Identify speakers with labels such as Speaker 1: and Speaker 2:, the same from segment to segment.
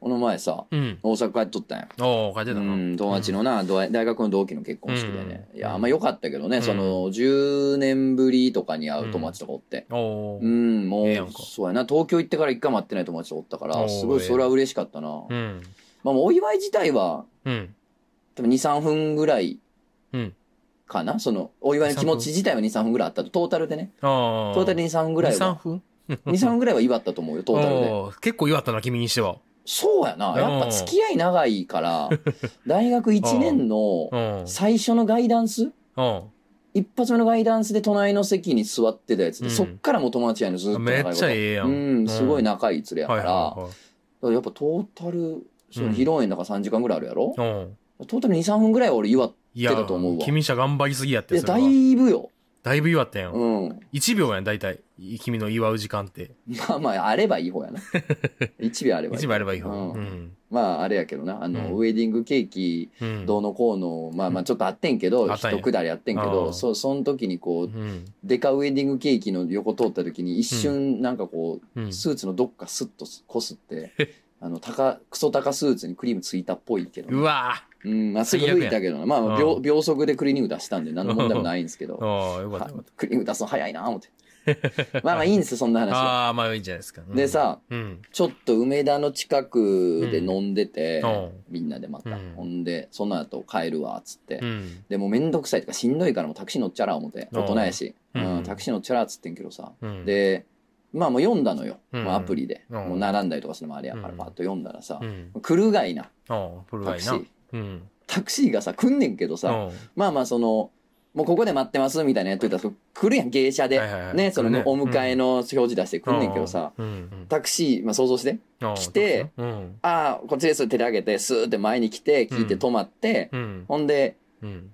Speaker 1: この前さ、
Speaker 2: うん。
Speaker 1: 大阪帰っとったんや。
Speaker 2: おお、書いて
Speaker 1: う
Speaker 2: たな。
Speaker 1: ん、友達のな、ど大学の同期の結婚式でね。
Speaker 2: うん
Speaker 1: いや、あんま良かったけどね、
Speaker 2: うん
Speaker 1: その、10年ぶりとかに会う友達とかおって。
Speaker 2: おお
Speaker 1: う。ん、も
Speaker 2: ええやん
Speaker 1: う、
Speaker 2: か
Speaker 1: そうやな、東京行ってから一回も会ってない友達とおったか
Speaker 2: おー
Speaker 1: ら、すごいそれは嬉しかったな。
Speaker 2: うん。
Speaker 1: まあ、もうお祝い自体は、
Speaker 2: うん。
Speaker 1: 多分2、3分ぐらい
Speaker 2: うん。
Speaker 1: かな、その、お祝いの気持ち自体は2、3分ぐらいあったと、トータルでね。
Speaker 2: ああ。
Speaker 1: トータル2、3分ぐらい
Speaker 2: 2、3
Speaker 1: は、
Speaker 2: 分
Speaker 1: 2、3分ぐらいは祝ったと思うよ、トータルで。
Speaker 2: おー結構祝ったな、君にしては。
Speaker 1: そうやな。やっぱ付き合い長いから、大学1年の
Speaker 2: うん。
Speaker 1: 最初のガイダンス一発目のガイダンスで隣の席に座ってたやつで、
Speaker 2: うん
Speaker 1: そっからもう友達やねんずっ
Speaker 2: う
Speaker 1: と
Speaker 2: ん。めっちゃ
Speaker 1: い
Speaker 2: ええや。
Speaker 1: うんん、すごい
Speaker 2: な。
Speaker 1: 仲いい連れやか
Speaker 2: はい
Speaker 1: ら、
Speaker 2: は
Speaker 1: やっぱトータル、そ
Speaker 2: うん
Speaker 1: の披露宴だから3時間ぐらいあるやろ
Speaker 2: い、はい。うん。
Speaker 1: トータル2、3分ぐらいは俺祝っ
Speaker 2: いや
Speaker 1: 言ってたと思う、わ、
Speaker 2: 君じゃ頑張りすぎやってて、それ
Speaker 1: だ
Speaker 2: はい
Speaker 1: ぶよ。
Speaker 2: だいぶ祝ったやん。
Speaker 1: うん。
Speaker 2: 1秒やん、大体。君の祝う時間って。
Speaker 1: まあまあ、あればいい方や な。1秒あればいい。
Speaker 2: 1秒あればいい方。
Speaker 1: うん
Speaker 2: うん。
Speaker 1: まあ、あれやけどな。あの、
Speaker 2: うん
Speaker 1: ウェディングケーキ、
Speaker 2: うん。
Speaker 1: どうのこうの、まあまあちょっとあってんけど、
Speaker 2: うんあったんや
Speaker 1: 一くだりあってんけ
Speaker 2: あー
Speaker 1: ど、そ、その時にこ
Speaker 2: う
Speaker 1: う、
Speaker 2: ん。
Speaker 1: デカウェディングケーキの横通った時に一瞬なんかこ
Speaker 2: う
Speaker 1: う、
Speaker 2: ん。
Speaker 1: スーツのどっかスッとこすって、あの、高、クソ高スーツにクリームついたっぽいけどな。
Speaker 2: うわ
Speaker 1: うん、まっすぐ
Speaker 2: 最悪
Speaker 1: 吹
Speaker 2: や
Speaker 1: いたけどな。まあまあ
Speaker 2: う
Speaker 1: 秒、
Speaker 2: ん
Speaker 1: 秒速でクリーニング出したんで何の問題もないんですけ
Speaker 2: ー
Speaker 1: ど、
Speaker 2: ああ、よかったよかっ
Speaker 1: クリーニング出すの早いな 思って。まあまあいいんですよ、そんな
Speaker 2: た。
Speaker 1: 話は。
Speaker 2: ああー、まあいいんじゃないですか。うん
Speaker 1: で、さ、
Speaker 2: うん。
Speaker 1: ちょっと梅田の近くで飲んでて
Speaker 2: うんうん、
Speaker 1: みんなでまた。
Speaker 2: うん
Speaker 1: ほんで、その後帰るわ、つって
Speaker 2: う。ん。
Speaker 1: でもうめんどくさいとかしんどいからもうタクシー乗っちゃら思って
Speaker 2: あー
Speaker 1: 大人やし、う
Speaker 2: うん
Speaker 1: ん、タクシー乗っちゃらっつってんけどさ、
Speaker 2: うん、
Speaker 1: でまあもう読んだのよ、
Speaker 2: うん
Speaker 1: まあ、アプリで、
Speaker 2: うん
Speaker 1: もう並んだりとかするのもあれやから
Speaker 2: うん
Speaker 1: パッと読んだらさ
Speaker 2: う、ん。
Speaker 1: 来るがいな
Speaker 2: ああ、プル
Speaker 1: タ
Speaker 2: ガ
Speaker 1: ク
Speaker 2: イ
Speaker 1: シ
Speaker 2: な
Speaker 1: ー。
Speaker 2: うん。
Speaker 1: タクシーがさ来んねんけどさ、
Speaker 2: うん
Speaker 1: まあまあそのもうここで待ってますみたいなやっといたらその来るやん芸者で、
Speaker 2: はいはいはい
Speaker 1: ねその
Speaker 2: 来るね
Speaker 1: お迎えの表示出して来んねんけどさ、
Speaker 2: うんうん
Speaker 1: タクシー、まあ、想像して
Speaker 2: うん、
Speaker 1: 来て
Speaker 2: うん
Speaker 1: 「ああこっちです」手で上げてスーって前に来て聞いて止まって、
Speaker 2: うん
Speaker 1: ほんで
Speaker 2: うん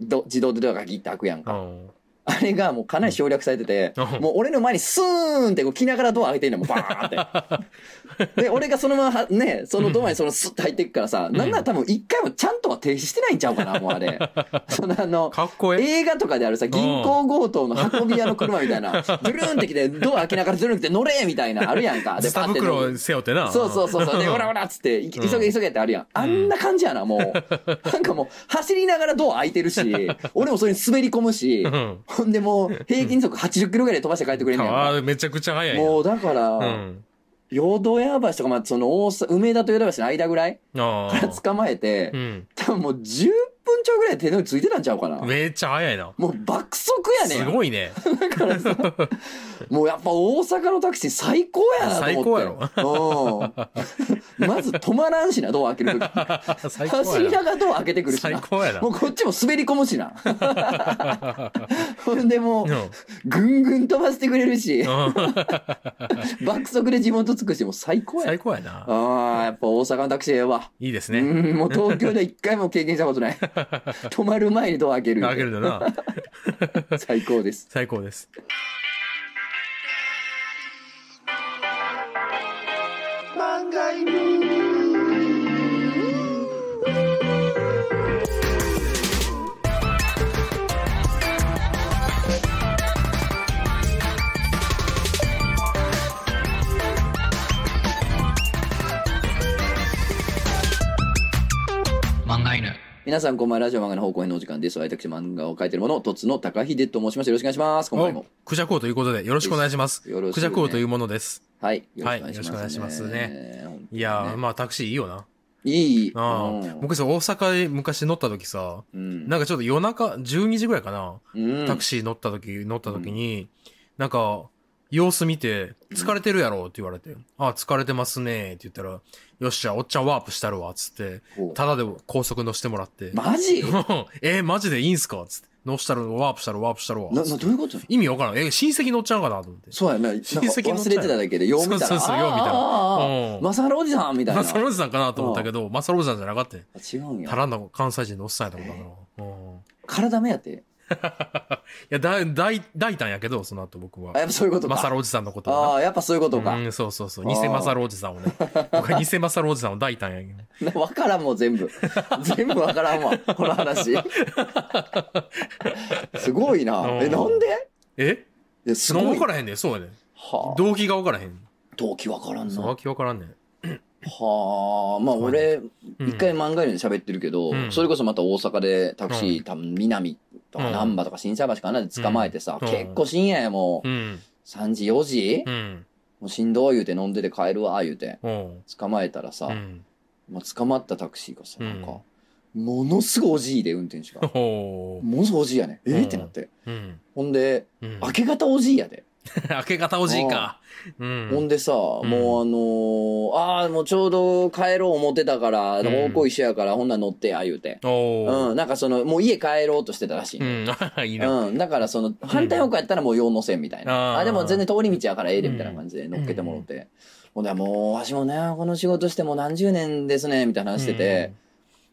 Speaker 1: ど自動でドアがギッて開くやん
Speaker 2: う
Speaker 1: か、
Speaker 2: ん
Speaker 1: あれがもうかなり省略されてて、
Speaker 2: うん
Speaker 1: もう俺の前にスーンってこう来ながらドア開けてんのもうバーン って。で、俺がそのままはね、そのドアにそのスッと入ってくからさ、
Speaker 2: ん
Speaker 1: なんなら多分一回もちゃんとは停止してないんちゃうかな、もうあ れ。そのあの、
Speaker 2: かっこええ
Speaker 1: 映画とかであるさ、銀行強盗の運び屋の車みたいな、ズルーンって来て、ドア開けながらズルンって乗れみたいな、あるやん か。で、
Speaker 2: スタ
Speaker 1: パッて乗る
Speaker 2: 袋背負ってな
Speaker 1: そうそうそうそう。 で、
Speaker 2: ん
Speaker 1: オラオラっつって、い急
Speaker 2: うん
Speaker 1: げ急げってあるやん。あんな感じやな、もう。なんかもう、走りながらドア開いてるし、俺もそれに滑り込むし
Speaker 2: う、ん
Speaker 1: ほんでもう平均速80キロぐらいで飛ばして帰ってくれんねやん
Speaker 2: あ
Speaker 1: か。
Speaker 2: あめちゃくちゃ早いな
Speaker 1: もうだから、
Speaker 2: うん
Speaker 1: 淀屋橋とか、まあ、その大阪、梅田と淀屋橋の間ぐらい
Speaker 2: あ
Speaker 1: から
Speaker 2: あ
Speaker 1: 捕まえて、
Speaker 2: うん
Speaker 1: 多分もう10分ちょいぐらいで手の上ついてたんちゃうかな。
Speaker 2: めっちゃ早いな
Speaker 1: もう爆速やね
Speaker 2: す
Speaker 1: ん。
Speaker 2: ご いね
Speaker 1: だからさ、もうやっぱ大阪のタクシー最高やなと思って。最高やろ。まず止まらんしな、ドア開けるとき。
Speaker 2: 最高
Speaker 1: 走り
Speaker 2: や
Speaker 1: ながらドア開けてく
Speaker 2: な
Speaker 1: るし
Speaker 2: 最
Speaker 1: な。
Speaker 2: 高やな
Speaker 1: もうこっちも滑り込むしな。ほんでもう
Speaker 2: う、 ん
Speaker 1: ぐんぐん飛ばしてくれるし。
Speaker 2: うん
Speaker 1: 爆速で地元着くし、もう最高や
Speaker 2: 最。高やな
Speaker 1: ああ、やっぱ大阪のタクシーええわ。
Speaker 2: いいです
Speaker 1: う
Speaker 2: ね
Speaker 1: ん、もう東京では一回も経験したこと ない。止まる前にドア開ける。
Speaker 2: あげるんだな
Speaker 1: 最高です。
Speaker 2: 最高です
Speaker 3: 漫画犬。
Speaker 1: 皆さんこんばんは、ラジオ漫画の方向へのお時間です。私漫画を描いてるもの、とつの高秀と申します。よろしくお願いします。今回も
Speaker 2: お。クジャコウということでよろしくお願いします
Speaker 1: よろしくね
Speaker 2: クジャコウというものです
Speaker 1: はい。
Speaker 2: はいよろしくお願
Speaker 1: ね
Speaker 2: いやーまあタクシーいいよない
Speaker 1: い。
Speaker 2: ああ
Speaker 1: うん
Speaker 2: 僕さ大阪で昔乗った時さ
Speaker 1: うん。
Speaker 2: なんかちょっと夜中12時ぐらいかな
Speaker 1: うん
Speaker 2: タクシー乗った時、乗った時に、なんか、様子見て、疲れてるやろって言われて、あ、疲れてますねって言ったら、よっしゃ、おっちゃんワープしたるわ、つって、
Speaker 1: ほう
Speaker 2: ただで高速乗してもらって、
Speaker 1: マジ
Speaker 2: え、マジでいいんすかつって、乗したる、ワープしたる、ワープしたるわ
Speaker 1: な、な、。
Speaker 2: つっ
Speaker 1: ど
Speaker 2: て
Speaker 1: ういうこと
Speaker 2: 意味わからん。え、親戚乗っちゃうかなと思って。
Speaker 1: そうやな。なんか
Speaker 2: 親戚の
Speaker 1: 忘れてただけで、よう見たら。
Speaker 2: そうそうそうよう見たらうん
Speaker 1: マサロおじさんみたいな。
Speaker 2: マサロジさんかなと思ったけど、マサロジさんじゃなかったね。
Speaker 1: あ違うん
Speaker 2: た
Speaker 1: や。
Speaker 2: らんの関西人のおっさんやったことだから。うん。い
Speaker 1: 体目当て
Speaker 2: や、だ、だい、だいたんやけど、その後僕は
Speaker 1: あ、。やっぱそういうことか。
Speaker 2: マサロおじさんのことをな
Speaker 1: ああ、やっぱそういうことか。
Speaker 2: うん、そうそうそう。
Speaker 1: あー
Speaker 2: 偽マサルおじさんをね。僕は偽マサルおじさんを抱いたんやけど。
Speaker 1: なわからんもん、全 部。全部わからんわ、この話。すごいな。
Speaker 2: うん
Speaker 1: え、なんで
Speaker 2: え
Speaker 1: いやす
Speaker 2: なん
Speaker 1: ご
Speaker 2: も
Speaker 1: い。
Speaker 2: 分からへんねん。そうやねん。
Speaker 1: はあ、
Speaker 2: 動機が分からへん。
Speaker 1: 動機わからん
Speaker 2: そう、動
Speaker 1: な。
Speaker 2: 機分からんねん。
Speaker 1: はあ、まあ俺、
Speaker 2: うん
Speaker 1: 一回漫画より喋ってるけど、
Speaker 2: うん
Speaker 1: それこそまた大阪でタクシー、多分南と
Speaker 2: う
Speaker 1: か
Speaker 2: ん
Speaker 1: 難波とか新茶橋かなで捕まえてさ、
Speaker 2: うん
Speaker 1: 結構深夜やもう、
Speaker 2: うん。
Speaker 1: 3時4時、
Speaker 2: うん。
Speaker 1: もうしんどい言うて飲んでて帰るわ言うて、
Speaker 2: おう。
Speaker 1: 捕まえたらさ、
Speaker 2: うん。
Speaker 1: もう捕まったタクシーがさ、
Speaker 2: うん。
Speaker 1: なんか、ものすごいおじいで運転手が
Speaker 2: おう。
Speaker 1: ものすごいおじいやね。えーってなって。
Speaker 2: うん。
Speaker 1: ほんで、
Speaker 2: うん。
Speaker 1: 明け方おじいやで。
Speaker 2: 明け方おじいか。う
Speaker 1: ほん
Speaker 2: ん。
Speaker 1: でさ、
Speaker 2: ん
Speaker 1: もうあのーああ、もうちょうど帰ろう思ってたから、
Speaker 2: うん
Speaker 1: 方向一緒やから、ほんなら乗ってや、言うて。
Speaker 2: お
Speaker 1: う
Speaker 2: う。
Speaker 1: ん、なんかその、もう家帰ろうとしてたらしい、
Speaker 2: う
Speaker 1: ね
Speaker 2: ん。いいな。
Speaker 1: うん。だからその、反対方向やったらもう用のせんみたいな。
Speaker 2: あー
Speaker 1: あ、でも全然通り道やからええで、みたいな感じで乗っけてもろって。ほんで、もう、わしもね、この仕事してもう何十年ですね、みたいな話してて。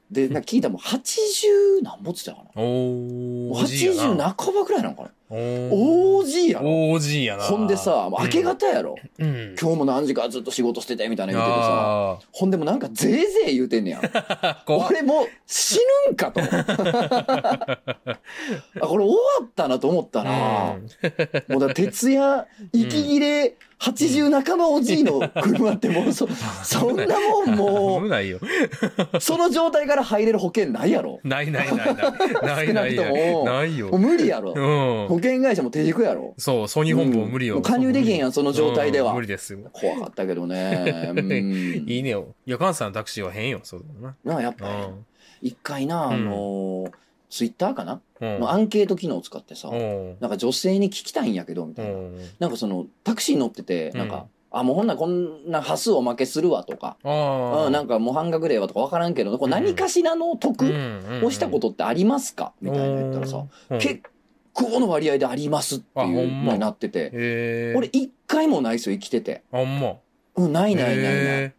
Speaker 1: で、なんか聞いたらもう80何ぼっつってたかな。
Speaker 2: うん。おう。おじい
Speaker 1: 80
Speaker 2: やな。
Speaker 1: 半ばくらいなのかな。
Speaker 2: おう。
Speaker 1: おじいやろ。
Speaker 2: おじいやな。
Speaker 1: ほんでさ、もう明け方やろ。
Speaker 2: うん、うん。
Speaker 1: 今日も何時からずっと仕事してて、みたいな言うててさ。
Speaker 2: あ
Speaker 1: ほんでもなんかぜいぜい言うてんねやん。
Speaker 2: あ。 怖い。
Speaker 1: 俺もう死ぬんか と。 あ、これ終わったなと思ったな。もうだから徹夜、息切れ、80半ばおじいの車ってもうそ、そんなもん
Speaker 2: も
Speaker 1: も
Speaker 2: う。ないよ。
Speaker 1: う、その状態から入れる保険ないやろ。
Speaker 2: ないないないない。ないない
Speaker 1: 少
Speaker 2: な
Speaker 1: なくとも
Speaker 2: い。ない
Speaker 1: もう
Speaker 2: よ。
Speaker 1: 無理やろ。
Speaker 2: うん。
Speaker 1: 保険会社も手引くやろ。
Speaker 2: そう、ソニー本部も無理
Speaker 1: う
Speaker 2: よ。
Speaker 1: ん加入できへんやんその状態では
Speaker 2: うん無理ですよ。
Speaker 1: 怖かったけど ね。うん
Speaker 2: いいねよ。夜間さんのタクシーは変よ、そうだ
Speaker 1: なあ、やっぱ
Speaker 2: な。
Speaker 1: り。一回な、あのー、ツイッターかな
Speaker 2: うん。
Speaker 1: のアンケート機能を使ってさ
Speaker 2: う、ん。
Speaker 1: なんか女性に聞きたいんやけど、み
Speaker 2: う
Speaker 1: たいな。
Speaker 2: ん。
Speaker 1: なんかその、タクシー乗ってて、なん
Speaker 2: う
Speaker 1: か、あ、もうほんならこんな端数おまけするわとか、
Speaker 2: ああ。
Speaker 1: うん、なんんかもう半額例はとかわからんけど、こう
Speaker 2: うん
Speaker 1: 何かしらの得をしたこととってありますかみたいな言ったらさ、、結構の割合でありますって
Speaker 2: あ
Speaker 1: い
Speaker 2: ほ
Speaker 1: うん
Speaker 2: ま
Speaker 1: のになってて、
Speaker 2: え
Speaker 1: 俺、一回もないですよ、生きてて。
Speaker 2: あんま。
Speaker 1: うん、ないないないない。
Speaker 2: へ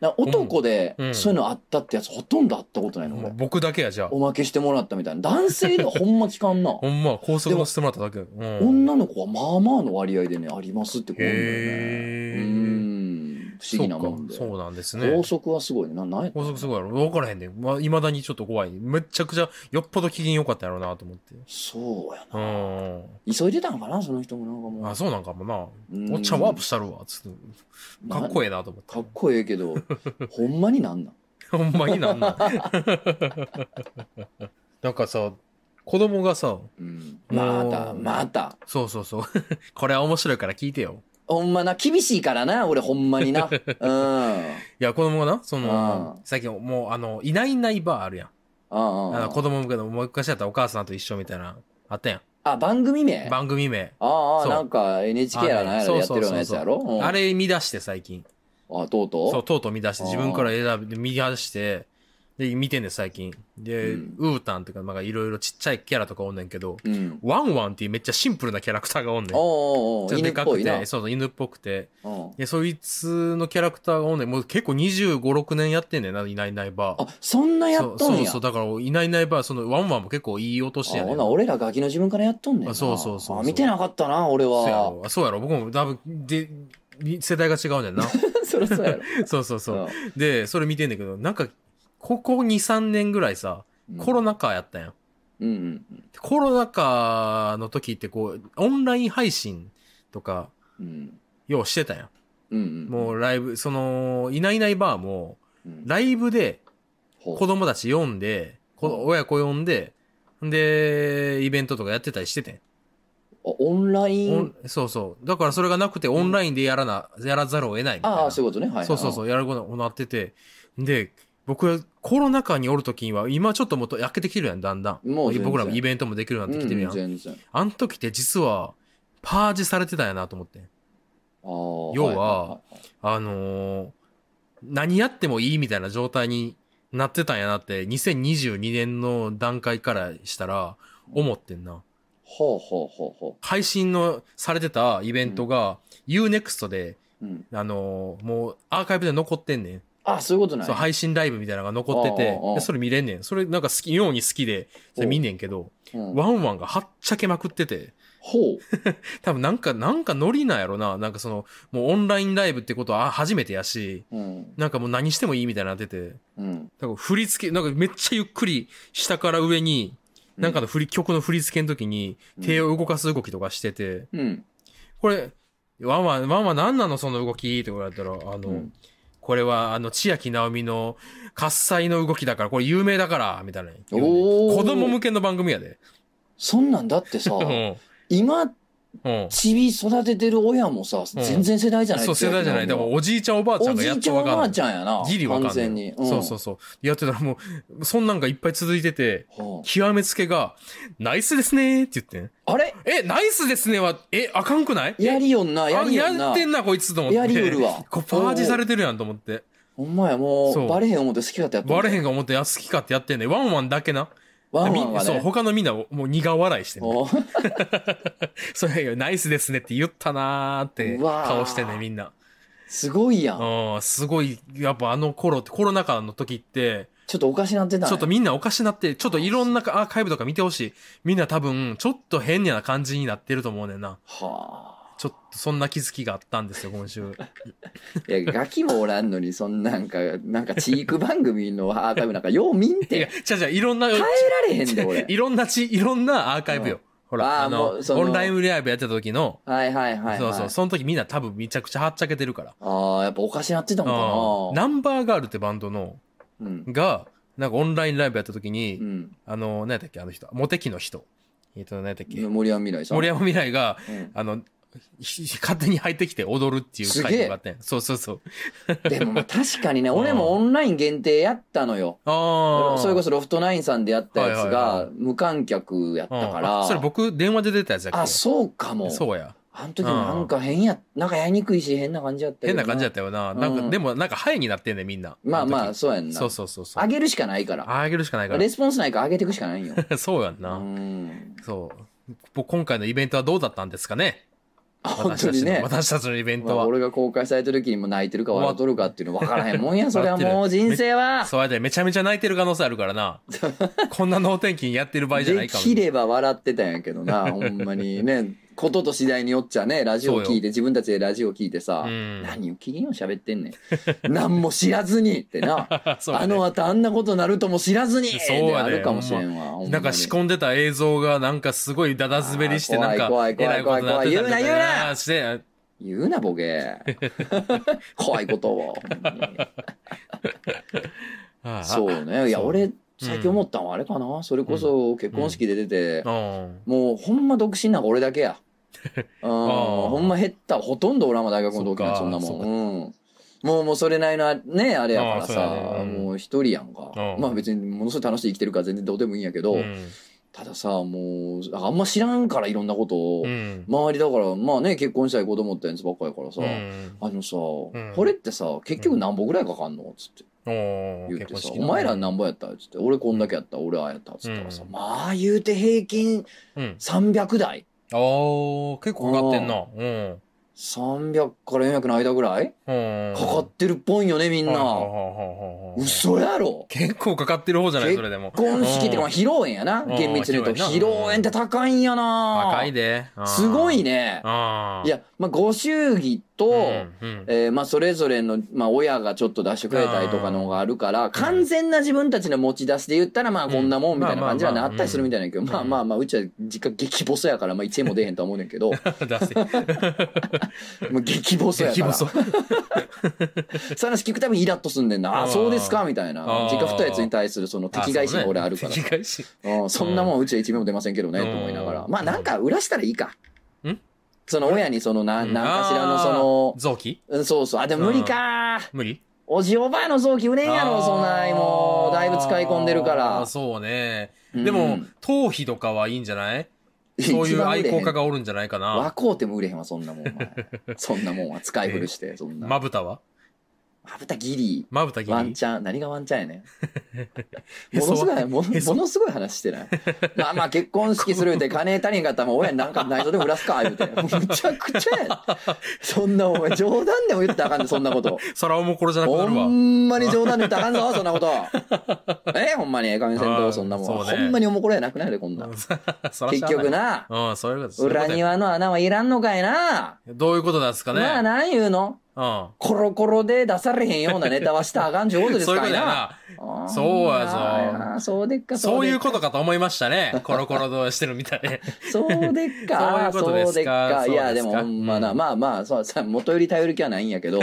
Speaker 1: なんか男で
Speaker 2: うん
Speaker 1: そういうのあったってやつほとんどあったことない
Speaker 2: ー
Speaker 1: の、俺。
Speaker 2: 僕だけや、じゃあ
Speaker 1: お。まけしてもらったみたいな。男性 ではほんま聞かんな。
Speaker 2: ほんま、高速乗せてもらっただけ。うん。
Speaker 1: 女の子はまあまあの割合でね、ありますってこう言うんだよ
Speaker 2: へ
Speaker 1: ね。う
Speaker 2: ー
Speaker 1: ん。不思議なもんで。
Speaker 2: そうかそうなんですね。
Speaker 1: 法則はすごいね。な、なんやった
Speaker 2: 高速すごいやろ分からへんで。まあ、未だにちょっと怖い。めっちゃくちゃ、よっぽど機嫌良かったやろうなと思って。
Speaker 1: そうや
Speaker 2: う
Speaker 1: な。
Speaker 2: ん。
Speaker 1: 急いでたのかな、その人もなんかもう
Speaker 2: あ、。そうなんかもな。
Speaker 1: うん
Speaker 2: おっちゃんワープしたるわ。つってかっ
Speaker 1: いい。
Speaker 2: こええなと思って。
Speaker 1: かっこええけ ど、ほんまになんなん
Speaker 2: ほんまにな んなん。なんかさ、子供がさ、
Speaker 1: うん。
Speaker 2: も
Speaker 1: ま
Speaker 2: う
Speaker 1: た、また。
Speaker 2: そうそう そう。これは面白いから聞いてよ。
Speaker 1: ほんまな、厳しいからな、俺ほんまに な。うん。
Speaker 2: いや、子供がな、その
Speaker 1: う、
Speaker 2: 最近もう、あの、いないいないバーあるやん。
Speaker 1: あ
Speaker 2: あの子供向けの、もう昔だったらお母さんと一緒みたいな、あったや
Speaker 1: あ、番組名
Speaker 2: ん。
Speaker 1: あ
Speaker 2: 番組名。
Speaker 1: ああ、
Speaker 2: そう
Speaker 1: なんか NHK やらなんやら
Speaker 2: あ
Speaker 1: で
Speaker 2: れ
Speaker 1: やってるようなやつやろうん
Speaker 2: あれ見出して最近。
Speaker 1: あ、とう
Speaker 2: そう、
Speaker 1: と
Speaker 2: とうとう見出して、
Speaker 1: あー
Speaker 2: 自分から選び、見出して、で、見てんねん最近。で、
Speaker 1: うん
Speaker 2: ウータンとか、なんかいろいろちっちゃいキャラとかおんねんけど、
Speaker 1: ううん。
Speaker 2: ワンワンっていうめっちゃシンプルなキャラクターがおんねん。
Speaker 1: おうおうお
Speaker 2: ち
Speaker 1: う
Speaker 2: ょっと
Speaker 1: 犬
Speaker 2: で
Speaker 1: っ
Speaker 2: か
Speaker 1: ぽ
Speaker 2: く
Speaker 1: いな
Speaker 2: て、。そうそう、犬っぽくて。
Speaker 1: うん
Speaker 2: で、そいつのキャラクターがおんねん。もう結構25、6年やってんねんな、いないいないばー。
Speaker 1: あ、そんなやっと
Speaker 2: そ
Speaker 1: ん
Speaker 2: う
Speaker 1: や。
Speaker 2: そう、
Speaker 1: あ
Speaker 2: だから、いないいないばー、その、ワンワンも結構いいお年やね
Speaker 1: ほ
Speaker 2: ん。
Speaker 1: な、俺らガキの自分からやっとんねんな。
Speaker 2: あそうそうそうそう
Speaker 1: あ見てなかったな、俺
Speaker 2: そうや
Speaker 1: は。
Speaker 2: ろ。あそうやろ。僕もだいぶ、で、世代が違うねん な。
Speaker 1: そりゃそうやろ。
Speaker 2: そうそうそ
Speaker 1: う
Speaker 2: う。で、それ見てんだけど、なんか、ここ2、3年ぐらいさ、
Speaker 1: ん
Speaker 2: コロナ禍やったやん。
Speaker 1: うんうんうん
Speaker 2: コロナ禍の時ってこう、オンライン配信とか、
Speaker 1: うん
Speaker 2: ようしてたや
Speaker 1: うん
Speaker 2: ん。
Speaker 1: ん
Speaker 2: もうライブ、その、いないいないバーも、
Speaker 1: うん
Speaker 2: ライブで
Speaker 1: ほう
Speaker 2: 子供たち呼んで、こ親子呼んで、で、イベントとかやってたりしててん。
Speaker 1: あオンライ
Speaker 2: オ
Speaker 1: ン
Speaker 2: ンそうそう。だからそれがなくてオンラインでやらな、やらざるを得ないみたいな。
Speaker 1: ああそういうことねはいはい
Speaker 2: そうそうそう、やることになってて。で、僕、コロナ禍におるときには、今ちょっともっと焼けてきてるやん、だんだん。
Speaker 1: もう全然
Speaker 2: 僕らもイベントもできるようになってきてるやん。
Speaker 1: うん全然
Speaker 2: あの時って実は、パージされてたんやなと思って。
Speaker 1: あー
Speaker 2: 要はい
Speaker 1: いい
Speaker 2: あのー何やってもいいみたいな状態になってたんやなって、2022年の段階からしたら、思ってんな。
Speaker 1: ほうほうほうほ
Speaker 2: 配信のされてたイベントが、UNEXT で、
Speaker 1: ううん
Speaker 2: あのーもうアーカイブで残ってんねん。
Speaker 1: あそういうことない
Speaker 2: そう、配信ライブみたいなのが残って
Speaker 1: お
Speaker 2: て
Speaker 1: うおうおう、
Speaker 2: でそれ見れんねん。それなんか好き、ように好きで、それ見んねんけど、
Speaker 1: うん
Speaker 2: ワンワンがはっちゃけまくってて、
Speaker 1: ほう
Speaker 2: 多分なんか、なんかノリなんやろな。なんかその、もうオンラインライブってことはあ初めてやし、
Speaker 1: うん
Speaker 2: なんかもう何してもいいみたいになってて、
Speaker 1: うん
Speaker 2: なんか振り付け、なんかめっちゃゆっくり下から上に、なんかの振り、曲の振り付けの時に手を動かす動きとかしてて、
Speaker 1: うん
Speaker 2: これ、ワンワン、ワンワン何なのその動きって言われたら、あの、
Speaker 1: うん
Speaker 2: これはあの、千秋直美の喝采の動きだから、これ有名だから、みたいな。
Speaker 1: おー
Speaker 2: 子供向けの番組やで。
Speaker 1: そんなんだってさ
Speaker 2: うん。
Speaker 1: 今
Speaker 2: うん。
Speaker 1: ちび育ててる親もさ
Speaker 2: うん
Speaker 1: 全然世代じゃない
Speaker 2: そう、世代じゃない。だからおじいちゃんおばあちゃ
Speaker 1: お
Speaker 2: んが
Speaker 1: じ
Speaker 2: やっ
Speaker 1: いちゃ
Speaker 2: と
Speaker 1: んお
Speaker 2: わ
Speaker 1: ば
Speaker 2: か
Speaker 1: あ
Speaker 2: ん
Speaker 1: ち
Speaker 2: ない。
Speaker 1: ゃんやな
Speaker 2: ギリわかん
Speaker 1: 完
Speaker 2: ない。
Speaker 1: 全に
Speaker 2: そうそうそう。やってたらもう、そんなんがいっぱい続いてて、
Speaker 1: うんは
Speaker 2: 極めつけが、ナイスですねーって言ってん。
Speaker 1: ああれ
Speaker 2: え、ナイスですねは、え、あかんくないえ
Speaker 1: やりよんなやりよ
Speaker 2: あ
Speaker 1: ん
Speaker 2: や
Speaker 1: な
Speaker 2: ってんな、こいつと思って。
Speaker 1: やりよるわ
Speaker 2: こうパージされてるやんと思って。
Speaker 1: ほんまやも
Speaker 2: そう
Speaker 1: うバレへん思って好き勝手やって
Speaker 2: バレへんが思って、あ、好きかってやってんねんワンワンだけな。
Speaker 1: ワンワンが
Speaker 2: みそう、
Speaker 1: ね
Speaker 2: 他のみんなもう苦笑いしてんねん
Speaker 1: おう
Speaker 2: それよ、ナイスですねって言ったなーって
Speaker 1: うわー
Speaker 2: 顔してんねんみんな。
Speaker 1: すごいやん
Speaker 2: うん、すごい、やっぱあの頃って、コロナ禍の時って、
Speaker 1: ちょっとおかしなってたんや
Speaker 2: ちょっとみんなおかしなって、ちょっといろんなアーカイブとか見てほしい。みんな多分、ちょっと変な感じになってると思うねんな。
Speaker 1: はあ
Speaker 2: ちょっとそんな気づきがあったんですよ、 今週。
Speaker 1: いやガキもおらんのにそんなんかなんかチーク番組のアーカイブなんかよう見ん
Speaker 2: いや
Speaker 1: て、
Speaker 2: じゃじゃいろんな、
Speaker 1: 耐えられへんで俺
Speaker 2: いろんなち、いろんなアーカイブ
Speaker 1: う
Speaker 2: よ
Speaker 1: ん。
Speaker 2: ほ
Speaker 1: あ
Speaker 2: ら、
Speaker 1: ー
Speaker 2: あ
Speaker 1: も
Speaker 2: の
Speaker 1: う、その
Speaker 2: オンラインライブやってた時の、
Speaker 1: はいはいはい、はい、
Speaker 2: そうそう、その時みんな多分めちゃくちゃはっちゃけてるから。
Speaker 1: ああやっぱおかしなってた
Speaker 2: うん
Speaker 1: のか
Speaker 2: ナンバーガールってバンドの、
Speaker 1: なうん
Speaker 2: が、なんかオンラインライブやった時に、
Speaker 1: うん
Speaker 2: あの、何やったっけ、あの人、モテキの人。えっと、何やったっけ、
Speaker 1: 森山未来さん
Speaker 2: 森山未来が、
Speaker 1: うん
Speaker 2: あの、ひ ひ勝手に入ってきて踊るっていう会があってん。そうそうそう。
Speaker 1: でもまあ確かにね、
Speaker 2: うん
Speaker 1: 俺もオンライン限定やったのよ。
Speaker 2: ああ。
Speaker 1: それこ
Speaker 2: そ
Speaker 1: そロフトナインさんでやったやつ
Speaker 2: はいはい
Speaker 1: が無観客やったから。
Speaker 2: それ僕、電話で出たやつやっけ
Speaker 1: あ、そうかも。
Speaker 2: そうや。
Speaker 1: あの時もなんか変や、なんかやりにくいし変な感じやったよ
Speaker 2: 変な感じやったよな。なんか、
Speaker 1: うん
Speaker 2: でもなんか、ハイになってんねんみんな。
Speaker 1: まあま
Speaker 2: の
Speaker 1: あ、
Speaker 2: 時
Speaker 1: そうやんな。
Speaker 2: そうそうそうそう。
Speaker 1: 上げるしかないから。
Speaker 2: あげるしかないか
Speaker 1: レスポンスないから上げていくしかないんよ。
Speaker 2: ら。 そうやん
Speaker 1: う
Speaker 2: な。
Speaker 1: ん。
Speaker 2: そう。ぼ今回のイベントはどうだったんですかね
Speaker 1: あ 本
Speaker 2: 私
Speaker 1: 当
Speaker 2: たち
Speaker 1: に
Speaker 2: の、
Speaker 1: ね。
Speaker 2: 私たちのイベン
Speaker 1: ま
Speaker 2: ト
Speaker 1: あ
Speaker 2: は。
Speaker 1: 俺が公開された時にも泣いてるか笑っとるかっていうの分からへんもんや、それは
Speaker 2: 終
Speaker 1: も
Speaker 2: わ
Speaker 1: う
Speaker 2: ってる
Speaker 1: 人生は。
Speaker 2: そうやで、めちゃめちゃ泣いてる可能性あるから な。こんな能天気にやってる場合じゃな
Speaker 1: で
Speaker 2: いかも。
Speaker 1: きれば笑ってたんやけど な、ほんまにね。ことと次第によっちゃね、ラジオ
Speaker 2: そう
Speaker 1: 聞い
Speaker 2: よ
Speaker 1: て、自分たちでラジオ聞いてさ、
Speaker 2: うん
Speaker 1: 何を機嫌を喋ってんねん。何も知らずにってな。
Speaker 2: そうや
Speaker 1: あ
Speaker 2: で
Speaker 1: の後あんなことなるとも知らずに
Speaker 2: そうや
Speaker 1: で
Speaker 2: で
Speaker 1: あるかもしれんわ。ほまに
Speaker 2: なんか仕込んでた映像がなんかすごいダダ滑りして
Speaker 1: あー
Speaker 2: なんか
Speaker 1: 怖い怖い怖い怖い
Speaker 2: えら
Speaker 1: 言う
Speaker 2: こと
Speaker 1: な言うな
Speaker 2: なってたりとかして
Speaker 1: 言うな、ボ ケ。怖いことを。ほんまに
Speaker 2: あー
Speaker 1: そうね。いや、
Speaker 2: そう
Speaker 1: 俺、最近思ったのはあれかな。それこそ結婚式で出て、
Speaker 2: うん
Speaker 1: もうほんま独身なんか俺だけ や。うん、
Speaker 2: ー
Speaker 1: ほんま減った。ほとんど俺はもう大学の同期なんて
Speaker 2: そ
Speaker 1: そ
Speaker 2: っ
Speaker 1: んなも
Speaker 2: か
Speaker 1: ん。うん。もう、もうそれなりのあ、ね、あれやから
Speaker 2: あ
Speaker 1: さ
Speaker 2: ーそう、やねうん
Speaker 1: もう一人やんか。
Speaker 2: うん
Speaker 1: まあ別にものすごい楽しい生きてるから全然どうでもいいんやけど、
Speaker 2: うん
Speaker 1: たださ、もう、あんま知らんからいろんなことを、
Speaker 2: うん
Speaker 1: 周りだから、まあね、結婚したい子供ってやつばっかやからさ、
Speaker 2: うん
Speaker 1: あのさ、
Speaker 2: ん
Speaker 1: これってさ、結局何本ぐらいかかんのつって
Speaker 2: おー
Speaker 1: 言っ
Speaker 2: 結
Speaker 1: て
Speaker 2: 婚
Speaker 1: さ、
Speaker 2: 式
Speaker 1: お
Speaker 2: の
Speaker 1: 前らなんぼやったつって、俺こんだけやった、俺ああやったつったらさ、
Speaker 2: うん
Speaker 1: まあ言うて平均
Speaker 2: うん
Speaker 1: 300台
Speaker 2: おー結構かかってんなうん
Speaker 1: 300から400の間ぐらい
Speaker 2: うん
Speaker 1: かかってるっぽいよねみん
Speaker 2: はいは
Speaker 1: な
Speaker 2: いはいはい
Speaker 1: 嘘やろ
Speaker 2: 結構かかってる方じゃないそれでも
Speaker 1: 結婚式ってかまあ披露宴やな
Speaker 2: うん
Speaker 1: 厳密に言うと
Speaker 2: うん
Speaker 1: 披露宴って高いんやな
Speaker 2: 高いであー
Speaker 1: すごいね
Speaker 2: あー
Speaker 1: いやまあご祝儀と、
Speaker 2: うんうん
Speaker 1: えーまあ、それぞれの、まあ、親がちょっと出してくれたりとかのがあるから、完全な自分たちの持ち出しで言ったら、まあ、こんなもんみたいな感じは
Speaker 2: まあ
Speaker 1: な
Speaker 2: まあ
Speaker 1: あったりするみたいなんやけど、まあまあまあ、うちは実家激細やから、まあ、1円も出えへん とは思うねんけど、
Speaker 2: 出せ
Speaker 1: もう激細や
Speaker 2: 激
Speaker 1: から。
Speaker 2: 細
Speaker 1: その話聞くたびにイラッとすんねんな。あ
Speaker 2: あ
Speaker 1: あ、
Speaker 2: ー
Speaker 1: そうですかみたいな
Speaker 2: あ。ー
Speaker 1: 実家二つに対するその敵返しが俺あるから。
Speaker 2: あそうね敵返し
Speaker 1: うん、そんなもんうちは一秒も出ませんけどね、と思いながら。
Speaker 2: うん
Speaker 1: まあなんか裏したらいいか。
Speaker 2: ん
Speaker 1: その親にそのな、
Speaker 2: うん
Speaker 1: なんかしらのそ
Speaker 2: あ
Speaker 1: の
Speaker 2: ー、臓器
Speaker 1: うん、そうそう。あ、でも無理か
Speaker 2: 無理
Speaker 1: おじおばあの臓器売れんや
Speaker 2: あ
Speaker 1: ろ、
Speaker 2: ー
Speaker 1: そんないもう。だいぶ使い込んでるか
Speaker 2: あー
Speaker 1: ら。
Speaker 2: そうね。
Speaker 1: うん
Speaker 2: でも、頭皮とかはいいんじゃないそういう愛好家。がおるんじゃないか
Speaker 1: 一番売れへんわ
Speaker 2: な。
Speaker 1: こうても売れへんわ、そんなもん。お前 そんなもんは使い古して、そんな。
Speaker 2: まぶたは
Speaker 1: まぶたギリ。
Speaker 2: まぶたギ
Speaker 1: ワン
Speaker 2: リ
Speaker 1: チャン、何がワンチャンやねん。
Speaker 2: へ
Speaker 1: も
Speaker 2: そ
Speaker 1: のすご、
Speaker 2: はい
Speaker 1: もの
Speaker 2: へそ
Speaker 1: ものすごい話してない。まあまあ結婚式するって金足りんかったらもう親になんか内緒でも売らすか、言うて。むちゃくちゃ やん。そんなお前冗談でも言ったらあかんで、そんな こと。
Speaker 2: そらおもころじゃなくな
Speaker 1: ほ
Speaker 2: るわ。
Speaker 1: んまに冗談で言ったらあかんぞ、そんな こと。えほんまに、ええかみせん
Speaker 2: あ
Speaker 1: と、
Speaker 2: ー
Speaker 1: そんなもん。
Speaker 2: そうね
Speaker 1: ほんまにおもころやなくないで、こんな。
Speaker 2: そらし
Speaker 1: 結
Speaker 2: ゃあい
Speaker 1: 局。な、
Speaker 2: うん、そういうことそういう
Speaker 1: 裏
Speaker 2: ことや
Speaker 1: 庭の穴はいらんのかいな。
Speaker 2: どういうことなんですかね。
Speaker 1: まあ、なん言うの
Speaker 2: うん。
Speaker 1: コロコロで出されへんようなネタはしたらあかんちゅうことです
Speaker 2: そういう
Speaker 1: か
Speaker 2: こ
Speaker 1: ら
Speaker 2: とやな。
Speaker 1: な。
Speaker 2: そうやぞ
Speaker 1: あーそうでっか、
Speaker 2: そういうこと
Speaker 1: か。
Speaker 2: かと思いましたね。コロコロどうしてるみたい で。
Speaker 1: そうでっ か、
Speaker 2: そういうことで
Speaker 1: そうで
Speaker 2: すか
Speaker 1: っかいや、
Speaker 2: そうで
Speaker 1: です
Speaker 2: か
Speaker 1: もほんまな、
Speaker 2: うん
Speaker 1: まあまあ、そうさ、元より頼る気はないんやけ ど、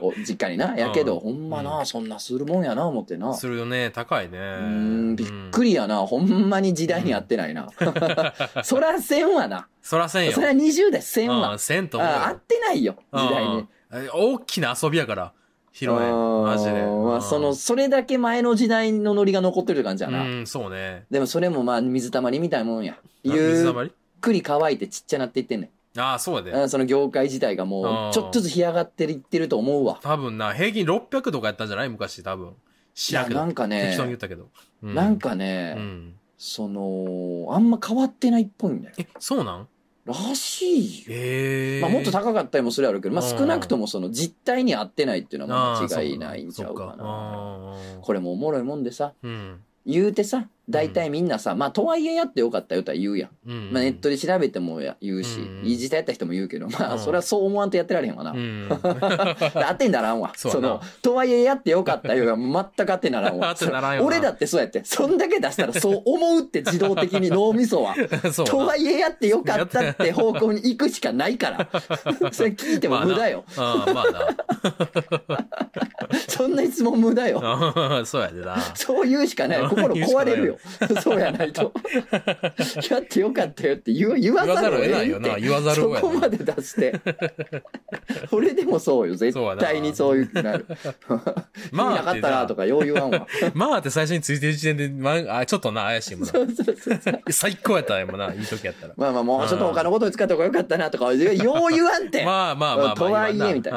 Speaker 1: お実家にな。やけど、
Speaker 2: うん
Speaker 1: ほんま
Speaker 2: う
Speaker 1: な、そんなするもんやな、思ってな。
Speaker 2: するよね。高いね。
Speaker 1: うーんびっく
Speaker 2: り。
Speaker 1: りやな。ほんまに時代に合ってないな。 そらせんわな。
Speaker 2: そらせんよ。
Speaker 1: そら20代せん
Speaker 2: う
Speaker 1: わ
Speaker 2: ん、。せんと思うよ
Speaker 1: あ合ってないよ、時代に。
Speaker 2: うん大きな遊びやから、披露宴。マジで。
Speaker 1: うんま
Speaker 2: う
Speaker 1: あ、
Speaker 2: ん
Speaker 1: その、それだけ前の時代のノリが残ってるって感じやな。
Speaker 2: うん、そうね。
Speaker 1: でもそれもまあ、水たまりみたいなもんや。
Speaker 2: な
Speaker 1: ゆ
Speaker 2: 水
Speaker 1: った
Speaker 2: まり
Speaker 1: くり乾いてちっちゃなっていってんね
Speaker 2: ああ、そうや
Speaker 1: ん。
Speaker 2: で。
Speaker 1: うんその業界自体がも
Speaker 2: あー
Speaker 1: う、ちょっとずつ干上がっていってると思うわ。
Speaker 2: 多分な、平均600とかやったんじゃない昔、多分。
Speaker 1: い
Speaker 2: 知ら
Speaker 1: や、
Speaker 2: んけ
Speaker 1: な
Speaker 2: ど。
Speaker 1: んか
Speaker 2: 適当に言っ
Speaker 1: ね、
Speaker 2: たけど。う
Speaker 1: なん、か
Speaker 2: う
Speaker 1: ね、
Speaker 2: ん。
Speaker 1: その、あんま変わってないっぽいんだよ。
Speaker 2: え、そうなん
Speaker 1: らしいよ。
Speaker 2: ええ。
Speaker 1: まあ、もっと高かったりもするやろうけど、まあ、
Speaker 2: うん
Speaker 1: 少なくともその実態に合ってないっていうのは
Speaker 2: ああ
Speaker 1: 間違いないんちゃうかな。
Speaker 2: そそっか
Speaker 1: これもおもろいもんでさ、
Speaker 2: あーうん。
Speaker 1: 言うてさ、大体みんなさ、まあとはいえやってよかったよとは言うやん。
Speaker 2: うん。
Speaker 1: まあ、ネットで調べてもや言うし、
Speaker 2: うん
Speaker 1: いい時代やった人も言うけど、ま
Speaker 2: うん
Speaker 1: あそれはそう思わんとやってられへんわな。だ
Speaker 2: うん。
Speaker 1: って合ってんだらんわ。
Speaker 2: そう
Speaker 1: そ
Speaker 2: やな
Speaker 1: の、とはいえやってよかったよが全く合ってならん
Speaker 2: 合
Speaker 1: わ。
Speaker 2: ってならんよな
Speaker 1: 俺だってそうやって、そんだけ出したらそう思うって自動的に脳みそは。
Speaker 2: そう
Speaker 1: と
Speaker 2: な。
Speaker 1: はいえやってよかったって方向に行くしかないから。 それ聞いても無駄よ。
Speaker 2: うん、まあな。
Speaker 1: そんな質問無駄よ。
Speaker 2: あーそうやで な。
Speaker 1: そう言うしかない。心壊れるよ。そうやない と。やってよかったよって言わ言わ
Speaker 2: 言わ
Speaker 1: ざる
Speaker 2: ざる
Speaker 1: を得
Speaker 2: を得
Speaker 1: な
Speaker 2: ないい
Speaker 1: よ
Speaker 2: よな。
Speaker 1: な。
Speaker 2: 言わざる
Speaker 1: そ
Speaker 2: を得ない。
Speaker 1: こまで出して。 俺でもそうよ。絶対にそういうなる。ま
Speaker 2: ま
Speaker 1: あ、
Speaker 2: あ
Speaker 1: なかったなとか余裕あんわ。
Speaker 2: まあって最初についてる時点で、まあ、あちょっとな、怪しいもんな。
Speaker 1: そうそうそうそう
Speaker 2: 最高やったよ、もうな、いい時やったら。
Speaker 1: まあまあ、もうちょっと他のことに使った方がよかったなとか、余裕あんて。
Speaker 2: まあまあまあまあ。
Speaker 1: とはいえみたい
Speaker 2: な。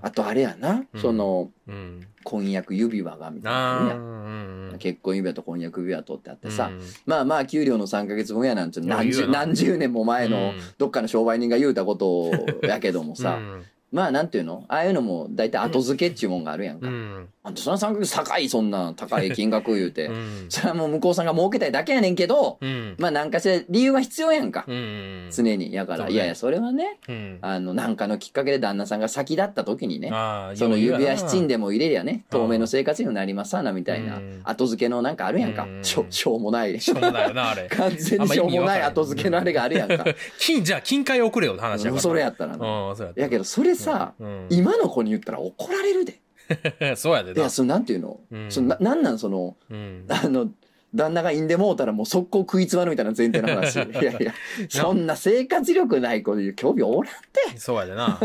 Speaker 2: あー
Speaker 1: あとあれやな。
Speaker 2: うん
Speaker 1: その、
Speaker 2: うん。
Speaker 1: 婚約指輪がみたい
Speaker 2: あ
Speaker 1: な
Speaker 2: ー
Speaker 1: の
Speaker 2: う
Speaker 1: やん。
Speaker 2: んうん。
Speaker 1: 結婚指輪と婚約指輪とってあってさ。
Speaker 2: うん、
Speaker 1: まあまあ給料の3ヶ月分やなんて何
Speaker 2: いや言
Speaker 1: 十
Speaker 2: うな
Speaker 1: 何十年も前
Speaker 2: う
Speaker 1: の
Speaker 2: ん
Speaker 1: どっかの商売人が言うたことやけどもさ、
Speaker 2: うん
Speaker 1: まあなんていうのああいうのも大体後付けっちゅうもんがあるやんか。
Speaker 2: うん。
Speaker 1: あんたそんな3ヶ月高いそんな高い金額言うて。
Speaker 2: う ん。
Speaker 1: それはもう向こうさんが儲けたいだけやねんけど、
Speaker 2: うん。
Speaker 1: まあなんかしら理由は必要やんか。
Speaker 2: うん。
Speaker 1: 常に。やから、
Speaker 2: そうね
Speaker 1: いやいやそれはね、
Speaker 2: うん。
Speaker 1: あのなんかのきっかけで旦那さんが先立った時にね、
Speaker 2: ああ、
Speaker 1: その指輪七ん
Speaker 2: で。
Speaker 1: でも入れりゃね、透明の生活にもなりますわなみたいな
Speaker 2: うん
Speaker 1: 後付けのなんかあるやんか
Speaker 2: う。ん
Speaker 1: しょしょうも ない。
Speaker 2: しょうもないよな、あれ。
Speaker 1: 完全にしょうもない後付けのあれがあるやんか。
Speaker 2: 金、じゃあ金塊送れよって話やから。
Speaker 1: それやったら
Speaker 2: うん、
Speaker 1: な。
Speaker 2: そうやった。
Speaker 1: やけど、それさ、
Speaker 2: うん、
Speaker 1: 今の子に言ったら怒られるで。
Speaker 2: そうやで
Speaker 1: い
Speaker 2: な
Speaker 1: や、。そのなんていうの
Speaker 2: うん
Speaker 1: そのななんなんその、
Speaker 2: うん。
Speaker 1: あの、旦那が産んでもうたらもう速攻食いつまるみたいな前提の 話。いやいや、そんな生活力ない子で興味おらん。
Speaker 2: そうやでな。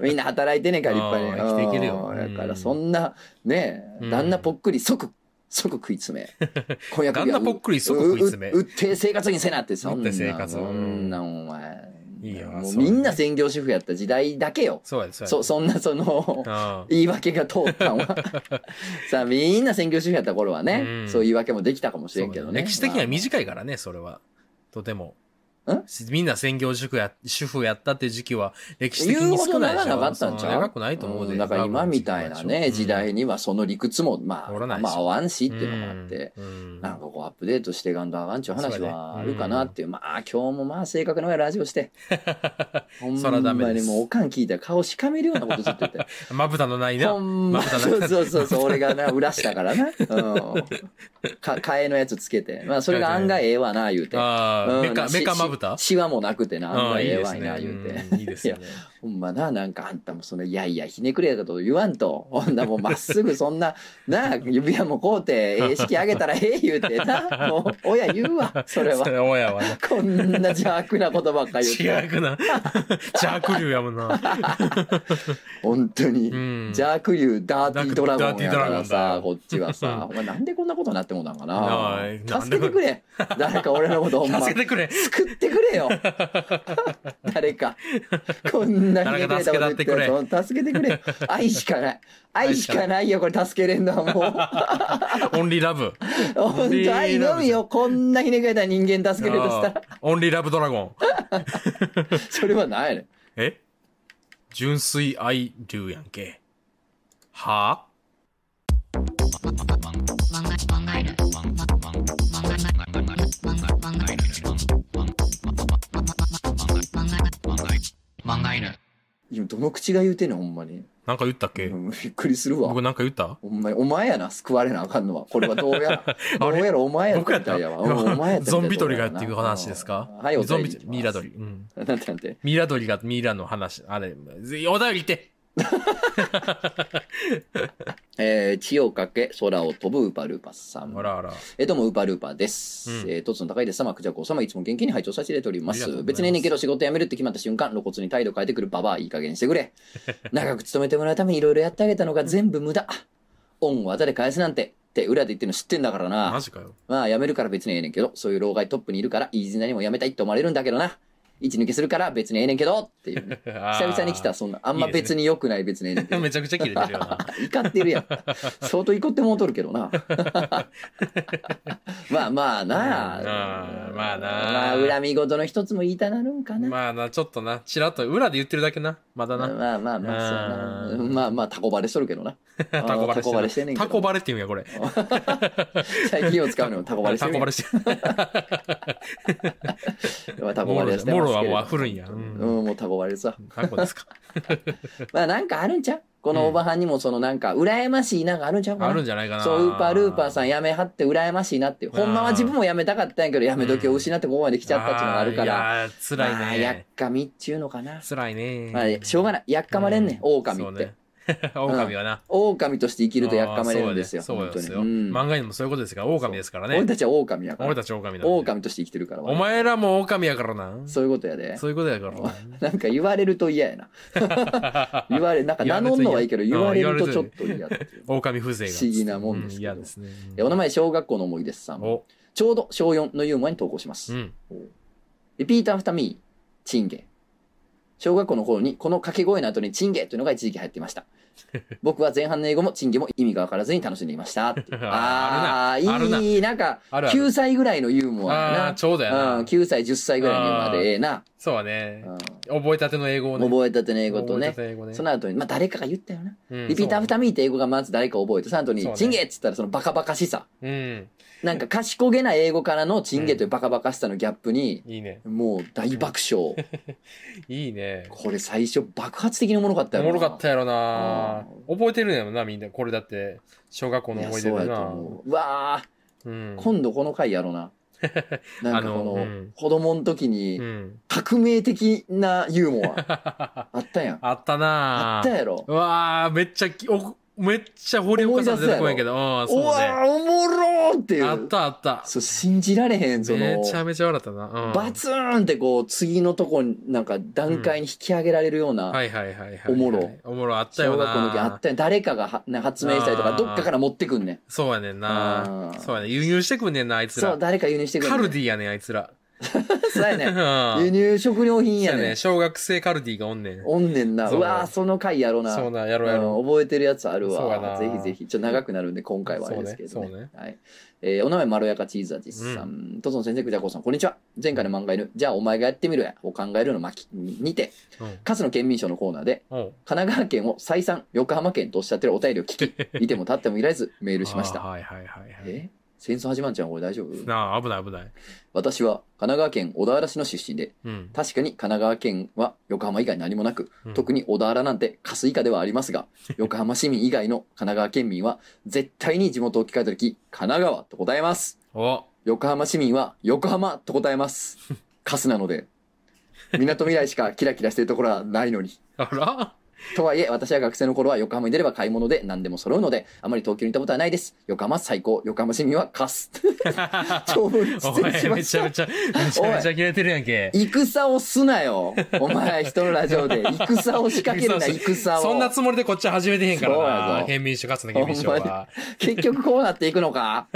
Speaker 1: みんな働いてねえから立派
Speaker 2: あ
Speaker 1: に。
Speaker 2: ー生きていけるよ
Speaker 1: う
Speaker 2: うん
Speaker 1: んだからそんな、ね
Speaker 2: うん
Speaker 1: え、旦那ぽっくり即、即食い詰め。婚約指輪
Speaker 2: 旦那ぽっくり即食い詰め
Speaker 1: うううって生活にせなって、そんな
Speaker 2: うっ。て生活
Speaker 1: そんなお前。
Speaker 2: いいよ
Speaker 1: もう
Speaker 2: そう
Speaker 1: み
Speaker 2: ね
Speaker 1: んな専業主婦やった時代だけよ。
Speaker 2: そうやで、そうやで。
Speaker 1: そ、そんなその、
Speaker 2: うん。
Speaker 1: 言い訳が通ったんは。さあ、みんな専業主婦やった頃はね、
Speaker 2: うん
Speaker 1: そういう言い訳もできたかもしれんけど
Speaker 2: そう
Speaker 1: ね。
Speaker 2: 歴史的には短いからね、それは。とても。みんな専業主婦や、主婦やったって時期は、歴史的
Speaker 1: 言う
Speaker 2: に
Speaker 1: ほ
Speaker 2: 少
Speaker 1: ど
Speaker 2: ないで
Speaker 1: 長
Speaker 2: しょ。
Speaker 1: なかったんちゃう
Speaker 2: そ長くないと思うで。
Speaker 1: んだから今みたいなね、時代にはその理屈も、まあ、
Speaker 2: 乗らないし
Speaker 1: まあ合わんし
Speaker 2: 期
Speaker 1: っていうのもあって、。
Speaker 2: うん
Speaker 1: なんかこうアップデートしていかんとあかんちゅう話はあるかなっていう、まあ今日もまあ正確のラジオして、ほん
Speaker 2: そらダメ
Speaker 1: ま
Speaker 2: で
Speaker 1: に
Speaker 2: す
Speaker 1: もうおかん聞いたら顔しかめるようなことずっと言って。
Speaker 2: まぶたのないな。
Speaker 1: ほんま、
Speaker 2: またな
Speaker 1: そうそうそうそう、俺がな、裏したからな。うん。か、替えのやつつけて。まあ、それが案外ええわな、言うて。
Speaker 2: ああ、
Speaker 1: う
Speaker 2: メ
Speaker 1: ん
Speaker 2: カ、
Speaker 1: し
Speaker 2: メカまぶた
Speaker 1: しシワもなくてな、案
Speaker 2: ああ、
Speaker 1: 外
Speaker 2: いい
Speaker 1: ええ
Speaker 2: で
Speaker 1: わ
Speaker 2: す
Speaker 1: いな、
Speaker 2: ね。
Speaker 1: 言うて。
Speaker 2: うんいいですよね。
Speaker 1: ほんまな、なんかあんたもその、いやいや、ひねくれたこと言わんと。ほんなもうまっすぐそんな、 なあ、指輪もこうて、ええ式あげたらええ言うてな。もう、親言うわ、それは
Speaker 2: そ。れ親はな。
Speaker 1: こんな邪悪なことばっか言う
Speaker 2: 邪
Speaker 1: て。
Speaker 2: 悪な。 邪悪流やもんな。
Speaker 1: 本当に。
Speaker 2: うん。
Speaker 1: ジャーク流ダーティードラゴンやから
Speaker 2: ダーティードラゴ
Speaker 1: さ、
Speaker 2: ンだ
Speaker 1: こっちはさ、お前なんでこんなことになってもうたんかな
Speaker 2: ないなんで
Speaker 1: 助けてくれ誰か俺のことほんま。
Speaker 2: 助
Speaker 1: 救
Speaker 2: けて くれ。
Speaker 1: ってく れよ誰か。こんなひねくれたこと言ってるやつほんと助けてくれ。愛しかない。愛しかないよ、これ助けれんのはも う。
Speaker 2: オンリーラブ。
Speaker 1: ほんと愛のみよ、こんなひねくれた人間助けるとしたら。
Speaker 2: あーオンリーラブドラゴン。
Speaker 1: それはないねん。
Speaker 2: え純粋愛流やんけ。は
Speaker 3: 漫画犬
Speaker 1: いやどの口が言うてんねん、ほんまに。
Speaker 2: なんか言ったっけ
Speaker 1: うんびっくりするわ
Speaker 2: 僕。なんか言った
Speaker 1: ほんまに、お前やな、救われなあかんのは。これはどうやら、ど
Speaker 2: あ
Speaker 1: う
Speaker 2: れ
Speaker 1: やらお前やっ
Speaker 2: 僕
Speaker 1: た
Speaker 2: や
Speaker 1: み
Speaker 2: ったた
Speaker 1: いやわ。うんお前やったみたい
Speaker 2: ゾンビ鳥がっていう話ですか
Speaker 1: あーはい、お
Speaker 2: ゾ
Speaker 1: 便
Speaker 2: ン
Speaker 1: り
Speaker 2: ビ、ミイラ鳥。うん。
Speaker 1: なんてなんて。
Speaker 2: ミイラ鳥がミイラの話、あれ、ぜお便りって
Speaker 1: えー、地をかけ、空を飛ぶウーパルーパさん。
Speaker 2: あらあら。
Speaker 1: えどうも、ウーパールーパーです。
Speaker 2: うん
Speaker 1: えー、とつの高いです様、クジャコ様、いつも元気に拝聴させていただいておりま
Speaker 2: ありが
Speaker 1: す。
Speaker 2: とうございます
Speaker 1: 別にええねんけど仕事辞めるって決まった瞬間、露骨に態度変えてくるババア、いい加減にしてく れ。長く勤めてもらうためにいろいろやってあげたのが全部無駄。恩をあで返すなんて、って裏で言ってるの知ってんだから
Speaker 2: マ
Speaker 1: な。
Speaker 2: ジかよ。
Speaker 1: まあ、辞めるから別にええねんけど、そういう老害トップにいるから、いいなにも辞めたいって思われるんだけどな。一抜けするから別にええねんけど、っていう ね。久
Speaker 2: 久
Speaker 1: 々に来た、。そんな。あんま
Speaker 2: いいですね
Speaker 1: 別に良くない別にええねんけど。
Speaker 2: めちゃくちゃ切れてるよな。
Speaker 1: 怒ってるやん。相当怒ってもうとるけど な。まあまあな
Speaker 2: うんまあな
Speaker 1: まあ恨み事の一つも言いたなるんかな。ま
Speaker 2: まあな、ちょっとな、ちらっと裏で言ってるだけな、まだ
Speaker 1: あ
Speaker 2: な。
Speaker 1: まあまあまあ、そう
Speaker 2: う
Speaker 1: な。
Speaker 2: ん
Speaker 1: まあまあ、タコバレしとるけど な。タ
Speaker 2: タコバレ
Speaker 1: し
Speaker 2: して
Speaker 1: てんね
Speaker 2: る。
Speaker 1: んけ
Speaker 2: タコ
Speaker 1: ど。
Speaker 2: バレって言うんや、これ。
Speaker 1: 最近を使うのもタコバレして
Speaker 2: タ
Speaker 1: る
Speaker 2: コ
Speaker 1: やん
Speaker 2: バレしてる。
Speaker 1: まあタコバレしてますけれど
Speaker 2: モロはもう古いんや
Speaker 1: う
Speaker 2: うんん、
Speaker 1: もうタコバレさ。
Speaker 2: タコですか。
Speaker 1: まあなんかあるんちゃうこのおばはんにもそのなんか、羨ましいなんかあるんちゃ うか
Speaker 2: あ
Speaker 1: な
Speaker 2: るんじゃないかな。
Speaker 1: そう、ウーパールーパーさん
Speaker 2: や
Speaker 1: 辞めはって羨ましいなっていう。
Speaker 2: あ
Speaker 1: ほ
Speaker 2: ー
Speaker 1: んまは自分も辞めたかったんやけど、辞め時を失ってここまで来ちゃったっていうのがあるから。
Speaker 2: いやー、辛い
Speaker 1: やっ
Speaker 2: ね。
Speaker 1: かみっちゅうのかな。
Speaker 2: 辛いね。
Speaker 1: まあ、しょうがない。やっかまれんねん、狼
Speaker 2: そ
Speaker 1: っ
Speaker 2: うね
Speaker 1: て。。
Speaker 2: 狼はな。
Speaker 1: 狼として生きるとやっかまれるんですよ。
Speaker 2: あーそう
Speaker 1: 本
Speaker 2: や
Speaker 1: 当
Speaker 2: で
Speaker 1: に。
Speaker 2: そうですよ。
Speaker 1: うん
Speaker 2: 漫画にもそういうことですから、狼ですからね。
Speaker 1: 俺たちは狼やから
Speaker 2: 俺。たち狼なんで。
Speaker 1: 狼として生きてるから。
Speaker 2: お前らも狼やからな。
Speaker 1: そういうことやで。
Speaker 2: そういうことやからな。
Speaker 1: なんか言われると嫌やな。 言われ、なんか名乗んのはいいけど、
Speaker 2: 言
Speaker 1: 言
Speaker 2: わ
Speaker 1: わ
Speaker 2: れ
Speaker 1: れ
Speaker 2: る
Speaker 1: る
Speaker 2: と
Speaker 1: とちょっと嫌っていう。
Speaker 2: 狼風情が。
Speaker 1: 不思議なもんですけど
Speaker 2: う嫌ですね。うん
Speaker 1: えお名前、小学校の思いですさん。
Speaker 2: お、
Speaker 1: ちょうど小4のユーモアに投稿します
Speaker 2: う。ん。
Speaker 1: リピートアフターミー、チンゲ。小学校の頃にこの掛け声の後にチンゲというのが一時期流行っていま した。僕は前半の英語もチンゲも意味がわからずに楽しんでいま したっていう。
Speaker 2: あ
Speaker 1: あ
Speaker 2: るなある
Speaker 1: ー、
Speaker 2: ない
Speaker 1: い、なんか、
Speaker 2: あるある
Speaker 1: 9歳ぐらいのユーモア
Speaker 2: ああー、
Speaker 1: や
Speaker 2: ちょうどや
Speaker 1: な。うん、
Speaker 2: な。
Speaker 1: 9歳、10歳ぐらいのユーモアでええな。
Speaker 2: そうだね。
Speaker 1: う
Speaker 2: 覚えたての英語を
Speaker 1: ん、
Speaker 2: ね。
Speaker 1: 覚えたての英語と
Speaker 2: 覚
Speaker 1: ね
Speaker 2: えた。ての英語ね。
Speaker 1: その後に、まあ誰かが言ったよな。
Speaker 2: うん
Speaker 1: リピートアフターミーって英語がまず誰か覚えて、その後
Speaker 2: そう
Speaker 1: に、
Speaker 2: ね
Speaker 1: チンゲっつったらそのバカバカしさ。
Speaker 2: そうね
Speaker 1: なんか賢げな英語からのチンゲというバカバカしさのギャップに、
Speaker 2: うん。いいね。
Speaker 1: もう大爆笑。
Speaker 2: いいね。
Speaker 1: これ最初爆発的におもろかった
Speaker 2: お
Speaker 1: よな
Speaker 2: もろかったやろな
Speaker 1: う。
Speaker 2: 覚えてるんやろな、みんな。これだって、小学校の思い出
Speaker 1: や
Speaker 2: だ
Speaker 1: そうやと
Speaker 2: な。
Speaker 1: 思ううわー
Speaker 2: うん。
Speaker 1: 今度この回やろう ななんかこの
Speaker 2: あのうん
Speaker 1: 子供の時に
Speaker 2: うん。
Speaker 1: 革命的なユーモア
Speaker 2: あ
Speaker 1: あったやん
Speaker 2: ったな
Speaker 1: あったやろ
Speaker 2: うわあ、めっちゃき、おめっちゃ掘り起こされてる声やけど。うん、
Speaker 1: お
Speaker 2: そう
Speaker 1: わ
Speaker 2: ね。
Speaker 1: ーおもろーってい
Speaker 2: あっ
Speaker 1: う
Speaker 2: たあった。
Speaker 1: そう信じられへんその
Speaker 2: めちゃめちゃ笑ったな。うん
Speaker 1: バツーンってこう次のとこになんか段階に引き上げられるような
Speaker 2: はいはいはいはい。
Speaker 1: おもろ。
Speaker 2: おもろあったよ
Speaker 1: 小学校の時あ
Speaker 2: な
Speaker 1: っ。たやん誰かがはね発明したりと
Speaker 2: あ
Speaker 1: か
Speaker 2: ー
Speaker 1: どっかから持ってくんねん
Speaker 2: そうやねんな
Speaker 1: あ。ー
Speaker 2: そうやね。輸入してくんねんな、あいつ
Speaker 1: そ
Speaker 2: ら
Speaker 1: う。誰か輸入してくんね
Speaker 2: カ
Speaker 1: ん
Speaker 2: ルディやねん、あいつら。
Speaker 1: そうや ねん
Speaker 2: うん
Speaker 1: 輸入食料品や
Speaker 2: そう
Speaker 1: ねん
Speaker 2: 小学生カルディがおんねん。
Speaker 1: おんねんな。
Speaker 2: そう
Speaker 1: うわーその回やろな。
Speaker 2: そうな、やろうや
Speaker 1: う
Speaker 2: ろ
Speaker 1: ん覚えてるやつある
Speaker 2: そうやな
Speaker 1: わ。ぜひぜひ。ちょっと長くなるんで、今回はあれですけどね。
Speaker 2: そうね
Speaker 1: はい。えーお名前、まろやかチーズ味さん。とその先生、くじゃこさん、こんにちは。前回の漫画犬、じゃあお前がやってみろや。を考えるの巻ににて、
Speaker 2: う。うん。
Speaker 1: カスの県民賞のコーナーで、
Speaker 2: おう
Speaker 1: 神奈川県を再三、横浜県とおっしゃってるお便りを聞 き、いても立ってもいられず、メールしました。
Speaker 2: あーはいはいはいはい。
Speaker 1: え戦争始まんちゃんこれ大丈夫
Speaker 2: なあ、危ない危ない。
Speaker 1: 私は神奈川県小田原市の出身で、
Speaker 2: うん。
Speaker 1: 確かに神奈川県は横浜以外何もなく、
Speaker 2: うん
Speaker 1: 特に小田原なんてカス以下ではあります が、横浜市民以外の神奈川県民は絶対に地元を聞かれた時、神奈川と答えます。
Speaker 2: お
Speaker 1: 横浜市民は横浜と答え ます。カスなので、港未来しかキラキラしてるところはないのに。
Speaker 2: あら
Speaker 1: とはいえ、私は学生の頃は横浜に出れば買い物で何でも揃うので、あまり東京に行ったことはないです。横浜最高、横浜市民はカ ス。長文失
Speaker 2: おい、
Speaker 1: 礼しま
Speaker 2: め
Speaker 1: し
Speaker 2: ちゃ
Speaker 1: た
Speaker 2: め。ちゃ、めちゃめちゃ切れてるやんけ。
Speaker 1: 戦をすなよ。お前、人のラジオで。戦を仕掛けるな、戦を。
Speaker 2: そんなつもりでこっちは始めてへんか
Speaker 1: そう
Speaker 2: ら
Speaker 1: や
Speaker 2: な。
Speaker 1: ぞ
Speaker 2: 県民主活の県民主
Speaker 1: ほんま
Speaker 2: は。
Speaker 1: 結局こうなっていくの か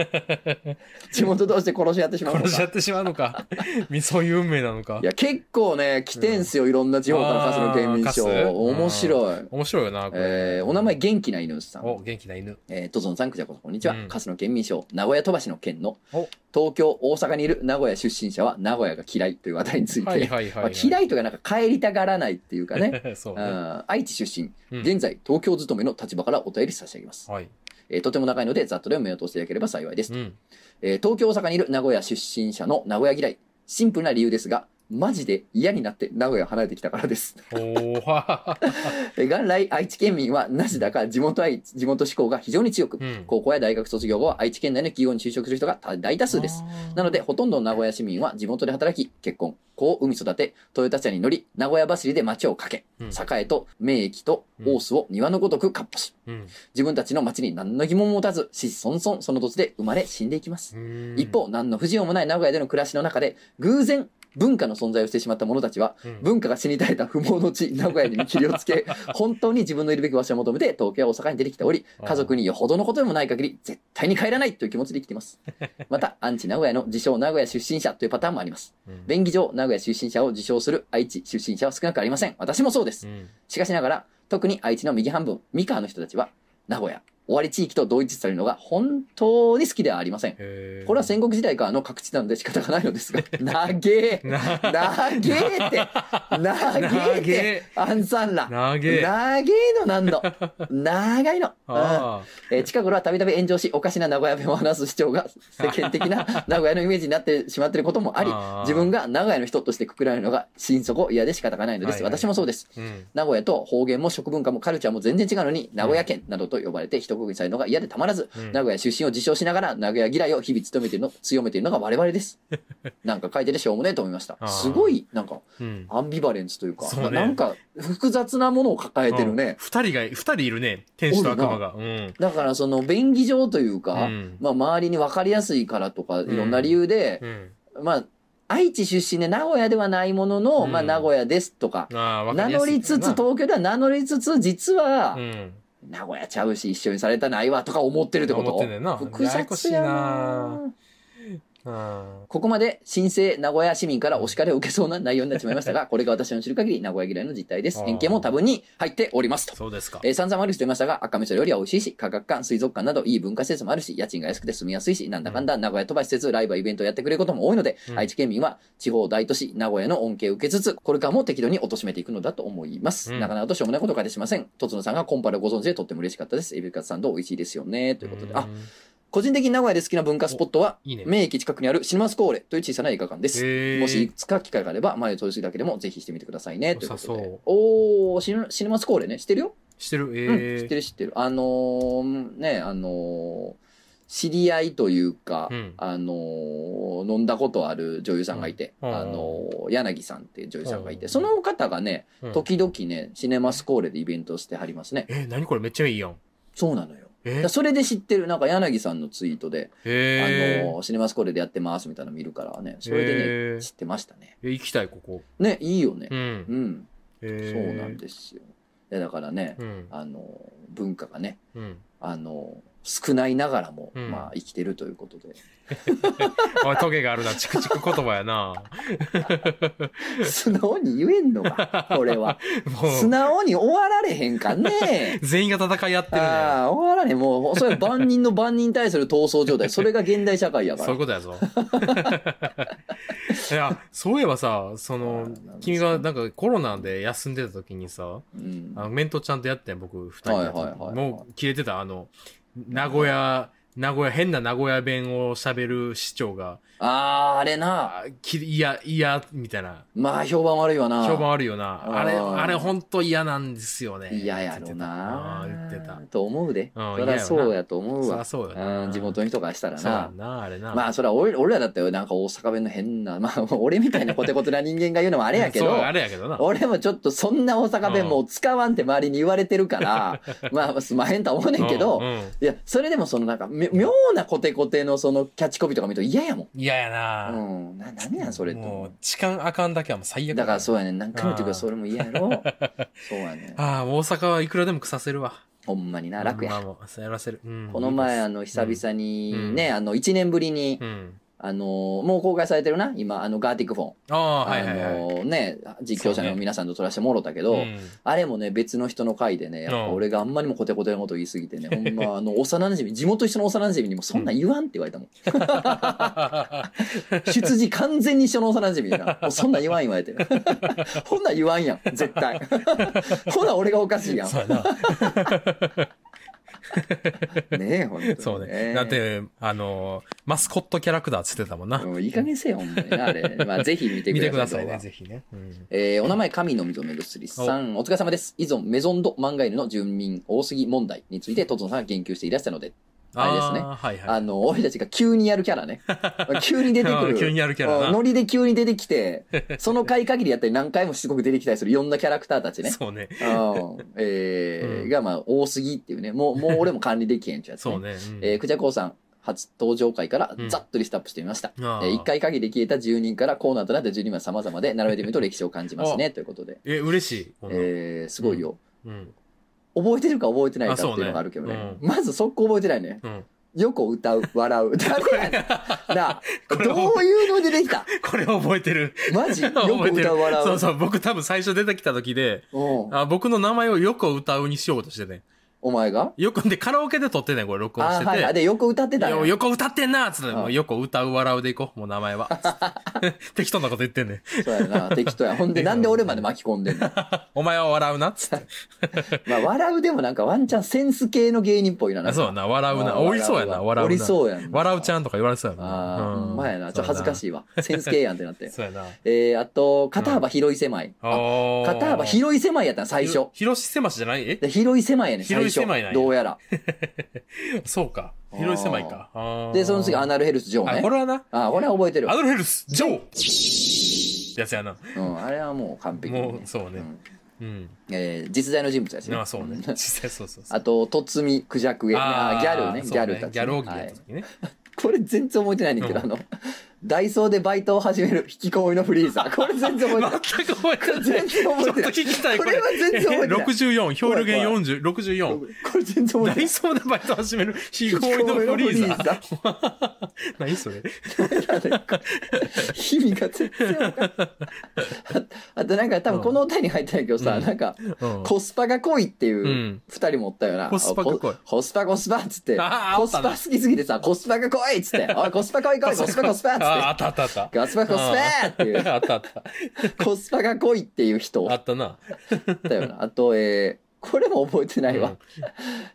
Speaker 1: 地元同士で殺し合ってしまうの
Speaker 2: 殺し合
Speaker 1: か
Speaker 2: ってしまうのか。み そういう運命なのか
Speaker 1: い。や、結構ね、来てんすよ、いろんな地方からカスの県民賞。
Speaker 2: あーカス
Speaker 1: 面白い。
Speaker 2: 面白いよな、これ。
Speaker 1: えー、お名前、元気な犬さん。
Speaker 2: お、元気な犬。
Speaker 1: えー、とぞんさん、くじゃこさん、こんにちは。
Speaker 2: うん
Speaker 1: カスの県民賞、名古屋飛ばしの県の
Speaker 2: お、
Speaker 1: 東京、大阪にいる名古屋出身者は名古屋が嫌いという話題について、
Speaker 2: はいはいはい
Speaker 1: ま
Speaker 2: は
Speaker 1: あ
Speaker 2: い。
Speaker 1: 嫌いというか、なんか帰りたがらないっていうか ね。
Speaker 2: い。そう
Speaker 1: う
Speaker 2: ね。
Speaker 1: ん愛知出身、
Speaker 2: うん
Speaker 1: 現在東京勤めの立場からお便り差し上げます。
Speaker 2: はい。
Speaker 1: えーとても長いので、ざっとでも目を通していただければ幸いです
Speaker 2: う。ん。
Speaker 1: えー東京、大阪にいる名古屋出身者の名古屋嫌い。シンプルな理由ですが、マジで嫌になって名古屋を離れてきたからです。
Speaker 2: おお は
Speaker 1: え元来愛知県民はなしだが地元愛、地元志向が非常に強く、
Speaker 2: うん
Speaker 1: 高校や大学卒業後は愛知県内の企業に就職する人が大多数です。。なので、ほとんどの名古屋市民は地元で働き、結婚、子を産み育て、トヨタ車に乗り、名古屋走りで街を駆
Speaker 2: うん
Speaker 1: け、栄と名駅と大須を庭のごとくかっ歩し、
Speaker 2: うん
Speaker 1: 自分たちの街に何の疑問も持たず、子孫孫その土地で生まれ死んでいきます。
Speaker 2: うん
Speaker 1: 一方、何の不自由もない名古屋での暮らしの中で、偶然、文化の存在をしてしまった者たちは、
Speaker 2: うん
Speaker 1: 文化が死に絶えた不毛の地、名古屋に見切りをつ け、本当に自分のいるべき場所を求めて東京や大阪に出てきており、家族によほどのことでもない限り、絶対に帰らないという気持ちで生きてい ます。また、アンチ名古屋の自称名古屋出身者というパターンもあります。
Speaker 2: うん
Speaker 1: 便宜上、名古屋出身者を自称する愛知出身者は少なくありません。私もそうです
Speaker 2: う。ん
Speaker 1: しかしながら、特に愛知の右半分、三河の人たちは、名古屋、尾張地域と同一視されるのが本当に好きではありません。
Speaker 2: へー
Speaker 1: これは戦国時代からの各地なので仕方がないの ですが、なげえ
Speaker 2: な
Speaker 1: なげえってなげえって
Speaker 2: 投げ
Speaker 1: アンサンラ。
Speaker 2: 投げ
Speaker 1: なげえのなん の。長いの。うん
Speaker 2: あ
Speaker 1: えー近頃はたびたび炎上し、おかしな名古屋弁を話す主張 が世間的な 名古屋のイメージになってしまっていることもあり、
Speaker 2: あー
Speaker 1: 自分が名古屋の人としてくくられるのが心底嫌で仕方がないのです。
Speaker 2: はいはい
Speaker 1: 私もそうです。
Speaker 2: ーうん
Speaker 1: 名古屋と方言も食文化もカルチャーも全然違うのに、名古屋県などと呼ばれて一国にされるのが嫌でたまらず、
Speaker 2: うん
Speaker 1: 名古屋出身を自称しながら、名古屋嫌いを日々務めているの、強めているのが我々 です。なんか書いててしょうもねえと思いました
Speaker 2: あ。ー
Speaker 1: すごい、なんか、
Speaker 2: うん
Speaker 1: アンビバレンスというか、
Speaker 2: そうね
Speaker 1: なんか、複雑なものを抱えてる
Speaker 2: うん
Speaker 1: ね。
Speaker 2: 二人が、二人いるね。天使と悪魔が。うん。
Speaker 1: だから、その、便宜上というか、
Speaker 2: うん
Speaker 1: まあ、周りに分かりやすいからとか、い
Speaker 2: ん
Speaker 1: ろんな理由で、
Speaker 2: うん
Speaker 1: まあ、愛知出身で名古屋ではないものの、
Speaker 2: うん
Speaker 1: まあ、名古屋ですとか、
Speaker 2: ああ、わか
Speaker 1: 名
Speaker 2: りや
Speaker 1: 乗
Speaker 2: すい
Speaker 1: りつつ、東京では名乗りつつ、実は、
Speaker 2: うん。
Speaker 1: 名古屋ちゃうし、一緒にされたないわとか思ってるってこと
Speaker 2: 思ってんねんな
Speaker 1: 複雑や
Speaker 2: やや
Speaker 1: な
Speaker 2: うん。
Speaker 1: ここまで新生名古屋市民からお叱りを受けそうな内容になってしまいました が、これが私の知る限り名古屋嫌いの実態です。
Speaker 2: あー
Speaker 1: 偏見も多分に入っておりますと。
Speaker 2: そうですか。
Speaker 1: えー、散々悪くしてましたが、赤味噌料理は美味しいし、科学館、水族館などいい文化施設もあるし、家賃が安くて住みやすいし、なんだかんだ名古屋飛ばし施設、ライブやイベントをやってくれることも多いので、
Speaker 2: うん
Speaker 1: 愛知県民は地方大都市、名古屋の恩恵を受けつつ、これからも適度に貶めていくのだと思います。
Speaker 2: うん
Speaker 1: なかなかとしょうもないことが出しません。とつのさんがコンパルをご存知でとっても嬉しかったです。エビカツさんと美味しいですよね。ということで、あ
Speaker 2: ん、、
Speaker 1: 個人的に名古屋で好きな文化スポットは、
Speaker 2: いいね。
Speaker 1: 名駅近くにあるシネマスコーレという小さな映画館です。
Speaker 2: へー
Speaker 1: もしいつか機会があれば、前を通り過ぎだけでもぜひしてみてくださいね。ということ
Speaker 2: 良さ
Speaker 1: で
Speaker 2: そう。
Speaker 1: おーシネ、シネマスコーレね。知ってるよ
Speaker 2: して
Speaker 1: う
Speaker 2: る
Speaker 1: ん、知
Speaker 2: え
Speaker 1: って
Speaker 2: え。
Speaker 1: る知ってる。あのーね、あのー知り合いというか、
Speaker 2: うん
Speaker 1: あのー飲んだことある女優さんがいて、
Speaker 2: うん
Speaker 1: あのー柳さんっていう女優さんがいて、
Speaker 2: うん
Speaker 1: その方がね、
Speaker 2: うん
Speaker 1: 時々ね、シネマスコーレでイベントしてはりますね。
Speaker 2: え、何これめっちゃいいやん。
Speaker 1: そうなのよ。だ
Speaker 2: え
Speaker 1: からそれで知ってる、なんか柳さんのツイートで、
Speaker 2: え
Speaker 1: あのーシネマスコーレでやってますみたいなの見るからね、それで
Speaker 2: へ
Speaker 1: ね、
Speaker 2: ー
Speaker 1: 知ってましたね。
Speaker 2: え、行きたい、ここ。
Speaker 1: ね、いいよね
Speaker 2: う。ん。
Speaker 1: うん、
Speaker 2: そ
Speaker 1: そうなんですよ。いやだからね、
Speaker 2: うん。
Speaker 1: あのー文化がね、
Speaker 2: うん。
Speaker 1: あの少ないながらも、
Speaker 2: うん
Speaker 1: まあ生きてるということで
Speaker 2: おい、トゲがあるな。チクチク言葉 やな。
Speaker 1: 素直に言えんの かこれは素
Speaker 2: もう、
Speaker 1: 直に終わられへんか ね
Speaker 2: 全員が戦い合ってるね。
Speaker 1: ああ終わられへんもうそれは万人の万人に対する闘争状態それが現代社会やか
Speaker 2: そうい
Speaker 1: ら
Speaker 2: うことやぞ。 いや、そういえばさ、そ
Speaker 1: あー
Speaker 2: の
Speaker 1: なんですか、
Speaker 2: 君がなんかコロナで休んでた時にさ、
Speaker 1: うん
Speaker 2: あのメントちゃんとやってん僕二人でやって
Speaker 1: はいはいはいはい
Speaker 2: もう消えてたあの名古屋名古屋変な名古屋弁を喋る市長が
Speaker 1: あーあれな
Speaker 2: あきいやいやみたいな
Speaker 1: まあ評判悪いわな
Speaker 2: 評判あるよな
Speaker 1: あー
Speaker 2: あれあれ本当嫌なんですよね
Speaker 1: 嫌やろな
Speaker 2: あー言ってた
Speaker 1: と思うでそり
Speaker 2: 嫌やろ
Speaker 1: ゃ
Speaker 2: な
Speaker 1: そうやと思う
Speaker 2: そり
Speaker 1: わ
Speaker 2: ゃそうよ
Speaker 1: う
Speaker 2: なん
Speaker 1: 地元の人がしたら
Speaker 2: そうや
Speaker 1: なん
Speaker 2: なあれな
Speaker 1: まあそれは俺俺らだってなんか大阪弁の変なまあ俺みたいなコテコテな人間が言うのもあ
Speaker 2: あ
Speaker 1: れや けど
Speaker 2: あれやけどな
Speaker 1: 俺もちょっとそんな大阪弁もう使わんって周りに言われてる から、まあすまへんとは思うねんけ
Speaker 2: う
Speaker 1: ど、
Speaker 2: んうん
Speaker 1: いや、それでもそのなんか、み妙なコテコテのそのキャッチコピーとか見ると嫌やもん。
Speaker 2: 嫌やな
Speaker 1: うん、な、何やんそれと
Speaker 2: も
Speaker 1: 思
Speaker 2: う痴漢あかんだけはもう最
Speaker 1: う。
Speaker 2: 悪
Speaker 1: だからそううやねん。何回も言ってるけど、
Speaker 2: あー
Speaker 1: それも嫌や ろ。そうやねん。
Speaker 2: ああ大阪はいくらでも腐せるわ
Speaker 1: ほんまにな、楽
Speaker 2: まあ
Speaker 1: や。
Speaker 2: もうそうやらせるうん
Speaker 1: この前、あの、久々にね、
Speaker 2: う
Speaker 1: あの、1年ぶりに
Speaker 2: う、ん
Speaker 1: あの、もう公開されてるな、今、あの、ガーティックフォン。
Speaker 2: ああは
Speaker 1: あ
Speaker 2: いはいはい
Speaker 1: の、ね、実況者の皆さんと撮らせてもろたけ
Speaker 2: う
Speaker 1: ど、
Speaker 2: ん
Speaker 1: あれもね、別の人の回でね、やっぱ
Speaker 2: うん
Speaker 1: 俺があんまりもコテコテなこと言いすぎて ね、ほんま、あの、幼馴染、地元一緒の幼馴染にもそんなん言わんって言われたもん。出自完全に一緒の幼馴 染やな。もうそんなん言わん言われて。 ほんなん言わ んやん、絶対。ほな俺がおかしいやん。
Speaker 2: そうやな。
Speaker 1: ねえ、ほんとに
Speaker 2: そうね。だっ、て、あの、マスコットキャラクターつってたもんな。
Speaker 1: もういい加減せえよ、ほんまにな、あれ。まあ、ぜひ見て
Speaker 2: 見
Speaker 1: ください。動
Speaker 2: てくださいね、
Speaker 1: 画
Speaker 2: ぜひね。うん
Speaker 1: えーお名前、神の認め薬さん、お疲れ様です。以前、メゾンド漫画犬の住民多すぎ問題について、トトさんが言及していらしたので、あれですね
Speaker 2: ーはいは
Speaker 1: あ
Speaker 2: い。
Speaker 1: の、俺たちが急にやるキャラ ね。急に出てく
Speaker 2: う
Speaker 1: る。
Speaker 2: ん急にやるキャラ
Speaker 1: う
Speaker 2: なん
Speaker 1: ノリで急に出てきて、その回限りやったり何回もしつこく出てきたりするいろんなキャラクターたちね。
Speaker 2: そうね。
Speaker 1: うんえー
Speaker 2: うん
Speaker 1: が、まあ、多すぎっていうね。もう、もう俺も管理できへんってやつ、
Speaker 2: そうね。うん
Speaker 1: えー、クジャコウさん、初登場回から
Speaker 2: うん
Speaker 1: ざっとリストアップしてみました。
Speaker 2: あー
Speaker 1: えー、1回限り消えた10人からコーナーとなった12名は様々で、並べてみると歴史を感じますね、ということで。
Speaker 2: え、嬉しい。こんなん
Speaker 1: えー、すごいよ。
Speaker 2: うん。
Speaker 1: 覚えてるか覚えてないか
Speaker 2: あ
Speaker 1: ってい
Speaker 2: そうね
Speaker 1: うのがあるけどね。
Speaker 2: う
Speaker 1: まず速攻覚えてないね。
Speaker 2: うん。
Speaker 1: よく歌う、笑う。誰やねん。なあ、どういうのでできた
Speaker 2: これ覚えてる。
Speaker 1: マジよく
Speaker 2: 覚えてる
Speaker 1: 歌う、笑う。
Speaker 2: そうそう、僕多分最初出てきた時で、
Speaker 1: うん
Speaker 2: あ僕の名前をよく歌うにしようとしてね。
Speaker 1: お前が
Speaker 2: よく、で、カラオケで撮ってね、これ録音し
Speaker 1: あー
Speaker 2: てて。
Speaker 1: はいはい。で、よく歌ってたんや
Speaker 2: よく歌ってんなっつって、
Speaker 1: うん
Speaker 2: もうよく歌う笑うでいこう、もう名前は。 適当なこと言ってんねん。
Speaker 1: そうやな、適当や。ほん で、なんで俺まで巻き込んでんの
Speaker 2: お前は笑うなっ つって。
Speaker 1: まあ、笑うでもなんかワンチャンセンス系の芸人っぽいな。なん
Speaker 2: あ
Speaker 1: か
Speaker 2: そうやな、笑う
Speaker 1: あ
Speaker 2: な。
Speaker 1: ー
Speaker 2: おりそうやな、笑う
Speaker 1: お
Speaker 2: な。
Speaker 1: りそうやん。
Speaker 2: 笑うちゃんとか言われそうやな。
Speaker 1: ああ、ほんまやな。ちょっと恥ずかしいわ。センス系やんってなっ
Speaker 2: い
Speaker 1: て。
Speaker 2: そうやな。
Speaker 1: えー、あと、肩幅広い狭い。あ
Speaker 2: あ
Speaker 1: 肩幅広い狭いやったな、最初。
Speaker 2: 広し狭しじゃないえ
Speaker 1: で広い狭いやねん、最
Speaker 2: 広い
Speaker 1: 初。
Speaker 2: 狭いなんや
Speaker 1: どうやら。
Speaker 2: そうか。広し狭いか。あー
Speaker 1: で、その次、アナルヘルス・ジョー
Speaker 2: あ、
Speaker 1: ね
Speaker 2: こ。れはな、
Speaker 1: あ、これは覚えてるわ
Speaker 2: ア。ドルヘルス、ジョーやつやな。
Speaker 1: うん、あれはもう完璧、
Speaker 2: もう、そうね
Speaker 1: う。ん
Speaker 2: うん。
Speaker 1: えー実在の人物ですね
Speaker 2: あ、そうね。実際そうそうそう。
Speaker 1: あと、とつみ、くじゃくえ、あーギャルね、
Speaker 2: そう
Speaker 1: ギャルたちね、
Speaker 2: ギャル大喜利
Speaker 1: は
Speaker 2: やっ
Speaker 1: い
Speaker 2: た時ね。
Speaker 1: これ全然覚えてないねんだけど、
Speaker 2: う
Speaker 1: あの、ダイソーでバイトを始める引きこもりのフリーザー。これ全然覚えてない。
Speaker 2: 全く覚えてない。
Speaker 1: 全然覚えてない
Speaker 2: ちょっと聞きたい、
Speaker 1: これは全然覚えてない
Speaker 2: 64、漂流源40、64。
Speaker 1: これ全然覚え
Speaker 2: ダ
Speaker 1: てな
Speaker 2: イ
Speaker 1: い。
Speaker 2: ソーでバイト始める、非合意の フリーザー。何それ
Speaker 1: 意味が全然わかんない。ああとなんか多分この歌に入ってないけどさ、
Speaker 2: うん
Speaker 1: なんか
Speaker 2: うん。
Speaker 1: コスパが濃いっていううん二人もおったよな。
Speaker 2: コスパが濃い
Speaker 1: あココスパコスパっつって、
Speaker 2: あー
Speaker 1: コスパ好きすぎてさ、コスパが濃いっつ って、おいコスパ濃い濃い、コスパコスパっつって
Speaker 2: あ、あ、あったあったあった。
Speaker 1: コスパコスパっていう、
Speaker 2: あったあった。
Speaker 1: コスパが濃いっていう人お
Speaker 2: あ
Speaker 1: っ
Speaker 2: ったな。
Speaker 1: たよな。あと、えー、これも覚えてないわ。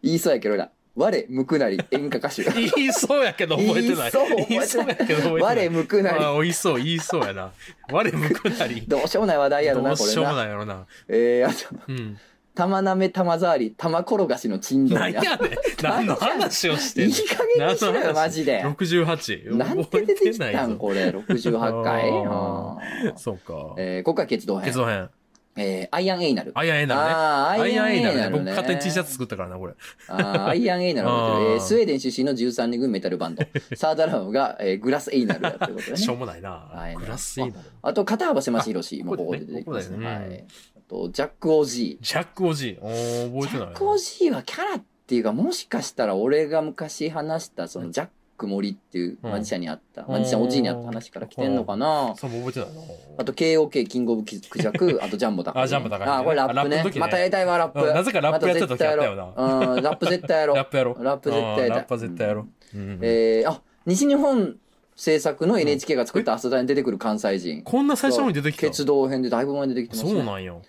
Speaker 1: 言いそうやけどな。我、むくなり、演歌歌手。
Speaker 2: 言いそうやけど覚えてない。
Speaker 1: 言
Speaker 2: 言
Speaker 1: い
Speaker 2: い
Speaker 1: そ
Speaker 2: そうう
Speaker 1: 覚え
Speaker 2: や
Speaker 1: てない
Speaker 2: けど覚えてない。
Speaker 1: 我、むくなり。
Speaker 2: ああ、言いそう、言いそうやな。我向くなり。
Speaker 1: どうしようもない話題やろ
Speaker 2: ど
Speaker 1: な、
Speaker 2: う
Speaker 1: これ
Speaker 2: しようも
Speaker 1: な。
Speaker 2: ないやろな。
Speaker 1: えー、あと、
Speaker 2: うん。
Speaker 1: 玉なめ玉触り、玉転がしの珍道
Speaker 2: 何
Speaker 1: や。
Speaker 2: やねん。何の話をして
Speaker 1: い
Speaker 2: ん
Speaker 1: い
Speaker 2: の
Speaker 1: 加減にしろよ、マジで。
Speaker 2: 68。
Speaker 1: なんて出てき
Speaker 2: 覚え
Speaker 1: た
Speaker 2: ない
Speaker 1: ん
Speaker 2: ぞ
Speaker 1: これ、68回。
Speaker 2: あー
Speaker 1: あー
Speaker 2: そうか。
Speaker 1: えー、ここは決動編
Speaker 2: 結。論編。
Speaker 1: えー、アイアンエイナル。
Speaker 2: アイアンエイナル
Speaker 1: あ
Speaker 2: ね。
Speaker 1: ー
Speaker 2: ア
Speaker 1: ア
Speaker 2: イ
Speaker 1: イ
Speaker 2: ア
Speaker 1: ア
Speaker 2: ン
Speaker 1: ン
Speaker 2: エ
Speaker 1: エ
Speaker 2: イ
Speaker 1: イ
Speaker 2: ナ
Speaker 1: ナ
Speaker 2: ルね。
Speaker 1: ル
Speaker 2: 僕
Speaker 1: ね。
Speaker 2: 勝手に T シャツ作ったからな、これ。
Speaker 1: あーアイアンエイナル覚えてる
Speaker 2: あー
Speaker 1: えースウェーデン出身の13人組メタルバン ド。サードアルバムが、えーグラスエイナルだってことだ
Speaker 2: しょう
Speaker 1: ね。
Speaker 2: もないな
Speaker 1: は。い
Speaker 2: グラスいいな。
Speaker 1: あと、片幅狭し広しもここで出てきます
Speaker 2: ここ
Speaker 1: ね。
Speaker 2: だ
Speaker 1: は
Speaker 2: よね
Speaker 1: い。あと、ジャック・オージ
Speaker 2: ジャックおじい。お
Speaker 1: ー。
Speaker 2: ー、
Speaker 1: ジ
Speaker 2: 覚えて
Speaker 1: ャ
Speaker 2: ない
Speaker 1: ッ
Speaker 2: な。
Speaker 1: ク・オージーはキャラっていうか、もしかしたら俺が昔話した、そのジャック・森っていう
Speaker 2: うん
Speaker 1: マジシャンにあった、
Speaker 2: ん
Speaker 1: マジシャンおじいにあった話から来てんのかな。
Speaker 2: そう、覚えてないな。
Speaker 1: あと、KOK、キング・オブ・クジャ ク、あと、ジャンボ高い、
Speaker 2: あジャンボ高いね
Speaker 1: あー、これラップ
Speaker 2: あラップの
Speaker 1: ね。
Speaker 2: 時ね
Speaker 1: またやりたいわ、ラッ
Speaker 2: うん
Speaker 1: プ。
Speaker 2: なぜかラップやってた時あったよな
Speaker 1: ま絶対やろううん、ラップ絶対やろう。
Speaker 2: ラップやろ。
Speaker 1: ラップ絶対や
Speaker 2: うん
Speaker 1: ろ
Speaker 2: ラップは絶対やろ。うん
Speaker 1: えーあ西日本制作の NHK が作った朝ドラに出てくる関西人。
Speaker 2: こんな最初に出てきたの
Speaker 1: 鉄道編でだいぶ前に出てきてます
Speaker 2: そ
Speaker 1: ね。
Speaker 2: うなんよ。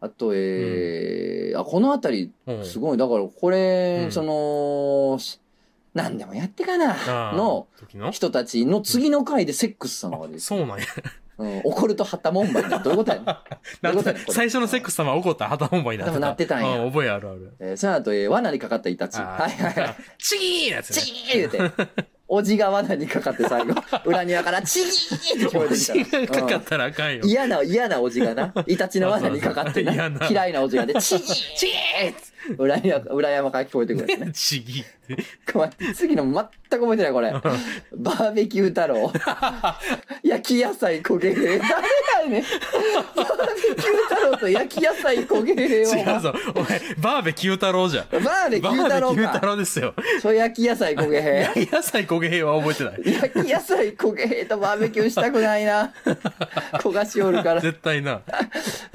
Speaker 1: あと、えーあ、このあたり、
Speaker 2: うん
Speaker 1: すごい、だからこれ、
Speaker 2: うん
Speaker 1: その、し何でもやってかな、
Speaker 2: あー
Speaker 1: の
Speaker 2: 時の
Speaker 1: 人たちの次の回でセックスさんがです、
Speaker 2: そうなんや。
Speaker 1: うん、怒ると旗もんばいな。どういうことやねん。どういうことやねんこれ
Speaker 2: 最初のセックス様は怒った旗本番になって
Speaker 1: 多
Speaker 2: た。
Speaker 1: 分なってたんや
Speaker 2: うん覚えあるある。
Speaker 1: えーその後、えー罠にかかったイタチ。
Speaker 2: あ
Speaker 1: はいはいはい。
Speaker 2: ーチギーのやつね。
Speaker 1: チギー言うて。おじが罠にかかって最後、裏庭からチギーって聞こえてきたら。
Speaker 2: がかかったらあかんよ。
Speaker 1: 嫌な、嫌なおじがな、イタチの罠にかかってな、
Speaker 2: そうそうそう嫌な
Speaker 1: 嫌いなおじがで、チーチー裏山裏山から聞こえてくるやつね。
Speaker 2: ちぎって。
Speaker 1: 待って次の全く覚えてない、 これ。バーベキュー太郎。焼き野菜焦げれ。誰だよねん。バーベキュー太郎と焼き野菜焦げれ
Speaker 2: 違う
Speaker 1: は。
Speaker 2: ぞ。お前、バーベキュー太郎じゃん。
Speaker 1: バーベキ
Speaker 2: バ
Speaker 1: ュー
Speaker 2: ー
Speaker 1: 太
Speaker 2: ベ
Speaker 1: 郎
Speaker 2: キュー太
Speaker 1: か。
Speaker 2: 郎ですよ。
Speaker 1: そう焼き野菜焦げへん。
Speaker 2: 野菜焦げへんは覚えてない。
Speaker 1: 焼き野菜焦げへんとバーベキューしたくないな。焦がしおる から。
Speaker 2: 絶対な。
Speaker 1: こ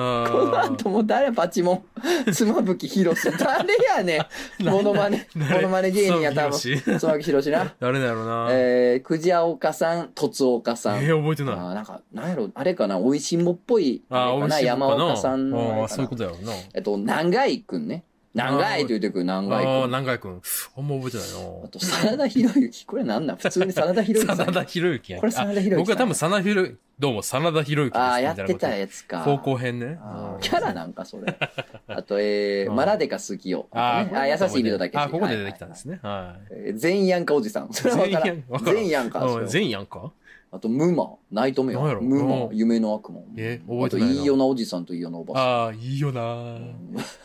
Speaker 1: の
Speaker 2: あ
Speaker 1: 後も誰パチモン、妻夫木宏誰 やねん。モノマネ、
Speaker 2: 誰
Speaker 1: モノマネ芸人や多分。
Speaker 2: 妻夫木
Speaker 1: 妻夫木宏 な。
Speaker 2: 誰だろうな。え
Speaker 1: えー、くじあおかさん、とつおかさん。
Speaker 2: ー、覚えて
Speaker 1: あ
Speaker 2: ない。
Speaker 1: ーなんか、なんやろ、あれかな、おいしんぼっぽい。
Speaker 2: ああ、
Speaker 1: れ
Speaker 2: 美
Speaker 1: か
Speaker 2: 味
Speaker 1: な
Speaker 2: しいのか
Speaker 1: 山
Speaker 2: な。
Speaker 1: 岡さんのあれ
Speaker 2: あ
Speaker 1: か
Speaker 2: あ、そう
Speaker 1: な
Speaker 2: いうことやろうな。
Speaker 1: えっと、長井くんね。長いというてくる
Speaker 2: あ
Speaker 1: 長い
Speaker 2: あー、
Speaker 1: 君。
Speaker 2: 南海くん。あんま覚えてない
Speaker 1: あ
Speaker 2: な
Speaker 1: と、真田広之。これなんなん普通に真田広之さん。
Speaker 2: 真田広之やん。
Speaker 1: これ真田広之さん
Speaker 2: あ僕は多分真田広之、どうも真田広之です。
Speaker 1: ああ、
Speaker 2: み
Speaker 1: や
Speaker 2: い
Speaker 1: っ
Speaker 2: な
Speaker 1: て
Speaker 2: こと
Speaker 1: たやつか。
Speaker 2: 高校編ね。
Speaker 1: あ
Speaker 2: う
Speaker 1: ー
Speaker 2: ん
Speaker 1: キャラなんか、そ れ。あと、えー、
Speaker 2: うん
Speaker 1: マラデカ好きよ。
Speaker 2: あ
Speaker 1: あ
Speaker 2: ー
Speaker 1: ー、優しいビルだけ。
Speaker 2: あ、ここで出てきたんです
Speaker 1: ね。
Speaker 2: ね。はい。
Speaker 1: えー全ヤンカおじさん。それは分からん。全ヤンカ。そ
Speaker 2: うん
Speaker 1: れは
Speaker 2: 全員やんか
Speaker 1: あと、ムマ、ナイトメア
Speaker 2: なんやろ、
Speaker 1: ムマ、
Speaker 2: うん
Speaker 1: 夢の悪魔。
Speaker 2: え覚
Speaker 1: あ
Speaker 2: えて
Speaker 1: と、
Speaker 2: ないない
Speaker 1: いよなおじさんといいよなおば
Speaker 2: ああ、いいよな
Speaker 1: さん。
Speaker 2: ー。
Speaker 1: う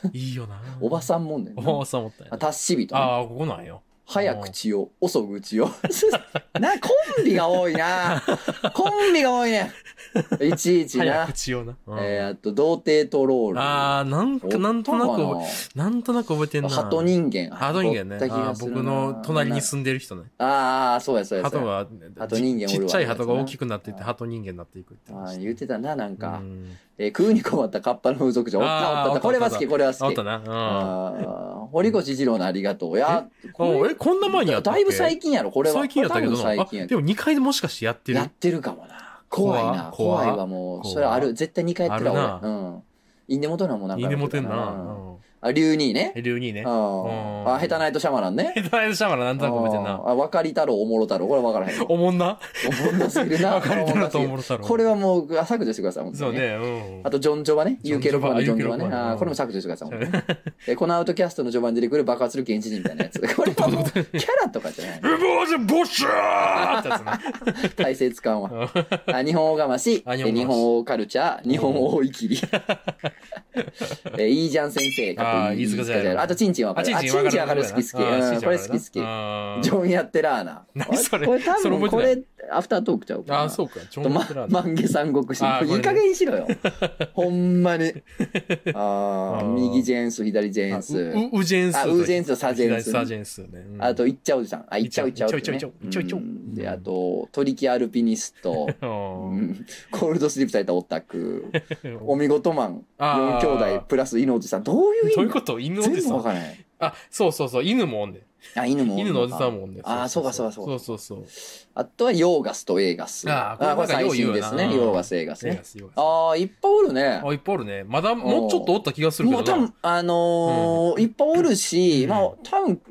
Speaker 1: ん
Speaker 2: いいよなー。
Speaker 1: おばさんもんねん
Speaker 2: お
Speaker 1: な。
Speaker 2: ばさんもったいな
Speaker 1: あ
Speaker 2: い。
Speaker 1: タッシビとね。
Speaker 2: ああ、ここなんよ。
Speaker 1: 早口を、遅口 を。な、コンビが多いな。コンビが多いね。いちいち
Speaker 2: 早
Speaker 1: な。
Speaker 2: 口よな。うん
Speaker 1: えー、あと、童貞トロール。
Speaker 2: ああ、なんか、なんとなく覚え、なんとなく覚えてんな。
Speaker 1: 鳩人間。
Speaker 2: 鳩人間
Speaker 1: おっ
Speaker 2: ね。あ
Speaker 1: た気が
Speaker 2: ー
Speaker 1: するな
Speaker 2: 僕の隣に住んでる人ね。
Speaker 1: ああ、そうや、そうや。そう
Speaker 2: 鳩
Speaker 1: や
Speaker 2: が、
Speaker 1: 鳩人間お
Speaker 2: ち
Speaker 1: る
Speaker 2: っ
Speaker 1: わ
Speaker 2: ちゃい鳩が大きくなっていって、
Speaker 1: うん
Speaker 2: 鳩人間になっていくっていう。
Speaker 1: あー言ってたな、なんか
Speaker 2: う。ん
Speaker 1: えー、食うに困ったカッパの風俗嬢。おった、おった
Speaker 2: あー
Speaker 1: おった、これは好
Speaker 2: お
Speaker 1: き、
Speaker 2: っ
Speaker 1: これは
Speaker 2: あ
Speaker 1: 好
Speaker 2: っ
Speaker 1: き
Speaker 2: た。な。
Speaker 1: あー堀越二郎のありがとう。いや、
Speaker 2: うん。
Speaker 1: こ
Speaker 2: おえ、こんな前
Speaker 1: れ
Speaker 2: に
Speaker 1: だ
Speaker 2: やったっ
Speaker 1: だ
Speaker 2: け
Speaker 1: いぶ最近やろ、これは。
Speaker 2: 最近やったけど
Speaker 1: こ
Speaker 2: な。
Speaker 1: れ多
Speaker 2: あ
Speaker 1: 分最近やけ
Speaker 2: でも2回でもしかしてやって
Speaker 1: ど。
Speaker 2: る
Speaker 1: やってるかもな。怖いな。
Speaker 2: 怖
Speaker 1: 怖
Speaker 2: い
Speaker 1: いわ、もう。
Speaker 2: 怖い
Speaker 1: それある。絶対2回やってるわ、
Speaker 2: ある
Speaker 1: 俺。うん。インデモトナもなんか。
Speaker 2: いいねモテんな。
Speaker 1: うん
Speaker 2: うん
Speaker 1: あ、竜兄ね。
Speaker 2: 理由にね。
Speaker 1: うん
Speaker 2: ん
Speaker 1: あ、下手ナイトシャマランね。
Speaker 2: ヘッドライトシャマラなんとなく覚えてんな。
Speaker 1: あ、わかり太郎、おもろ太郎。これわからへんわ。
Speaker 2: おもんな。
Speaker 1: おもんなすぎるな。
Speaker 2: わかりたらと
Speaker 1: お
Speaker 2: お
Speaker 1: もんなすぎる
Speaker 2: もろたろ。
Speaker 1: これはもうあ削除してください、本当
Speaker 2: そう
Speaker 1: にね。
Speaker 2: ね。うん。
Speaker 1: あと、ジョン・ジョバね。
Speaker 2: ジョンジ
Speaker 1: UK
Speaker 2: ョ
Speaker 1: ロ
Speaker 2: バ
Speaker 1: バのジョン・ジョバね。
Speaker 2: UK ロバ
Speaker 1: ああー、これも削除してください、本当にね。えこのアウトキャストの序盤に出てくる爆発する原始人みたいなやつ。これはもう、 キャラとかじゃない。
Speaker 2: ブボーズボッシューってやつな。
Speaker 1: 大切感は。あ日本を我慢し、
Speaker 2: あ
Speaker 1: え
Speaker 2: 日本を
Speaker 1: 日本
Speaker 2: 我慢し
Speaker 1: をカルチャー、日本を追い 切り。えいいじゃん先生かっ
Speaker 2: あ
Speaker 1: こ
Speaker 2: ー
Speaker 1: いい。
Speaker 2: 飯塚
Speaker 1: いい
Speaker 2: じゃない
Speaker 1: あと、チンチンわか
Speaker 2: あ、
Speaker 1: る。
Speaker 2: チ
Speaker 1: あ、
Speaker 2: ン
Speaker 1: チ
Speaker 2: チ
Speaker 1: ン
Speaker 2: ン
Speaker 1: チ
Speaker 2: わか
Speaker 1: ンわかる
Speaker 2: る
Speaker 1: 好き好き。うん、これ好き好き。ジ
Speaker 2: 好
Speaker 1: ョンやってらーな。
Speaker 2: 何それ
Speaker 1: これ多
Speaker 2: それ覚え
Speaker 1: 分
Speaker 2: て
Speaker 1: こ
Speaker 2: ない
Speaker 1: れ、アフタートークちゃうかな。
Speaker 2: ああ、そうか。ちょ
Speaker 1: と、
Speaker 2: ん
Speaker 1: ま
Speaker 2: ってら、
Speaker 1: マンゲ三国志。
Speaker 2: あーこれね
Speaker 1: いい加減にしろ よ。ほんまに。あ
Speaker 2: あ
Speaker 1: あ、
Speaker 2: ー
Speaker 1: 右ジェンス、左ジェンス。
Speaker 2: ウジェンス。
Speaker 1: あウジェンスとサジェンス
Speaker 2: 左サジェンスね。うん
Speaker 1: あと、、いっちゃおじさん。あ、いっちゃおいっちゃおってね。
Speaker 2: いっちゃおいっちゃおいっちゃおいっちゃお
Speaker 1: うんで、あと、トリキアルピニス ト。
Speaker 2: うん
Speaker 1: うん コールドスリープされたオタ ク。お見事マン。
Speaker 2: あー
Speaker 1: 4兄弟、プラス犬おじさん。どういう意味
Speaker 2: どういうこと犬おじ
Speaker 1: 全
Speaker 2: さ
Speaker 1: 部わ
Speaker 2: ん。
Speaker 1: からない。
Speaker 2: あ、そうそうそう。犬もおんで。
Speaker 1: あ、犬も。
Speaker 2: 犬のおじさんもおんで。
Speaker 1: あーそうかそうかそうか
Speaker 2: そうそうそ
Speaker 1: あとは、ヨーガスとエーガス。
Speaker 2: あーこれ
Speaker 1: ーこれ最新ですね。
Speaker 2: よう言うよな
Speaker 1: ヨーガス、エーガス
Speaker 2: う。
Speaker 1: ね。
Speaker 2: そうか
Speaker 1: ああ、いっぱいおるね。
Speaker 2: あ、いっぱいおるね。まだ、もうちょっとおった気がするけ
Speaker 1: も
Speaker 2: ど
Speaker 1: う
Speaker 2: な。
Speaker 1: 多分、あのーいっぱいおるし、
Speaker 2: うん
Speaker 1: まあ、多分、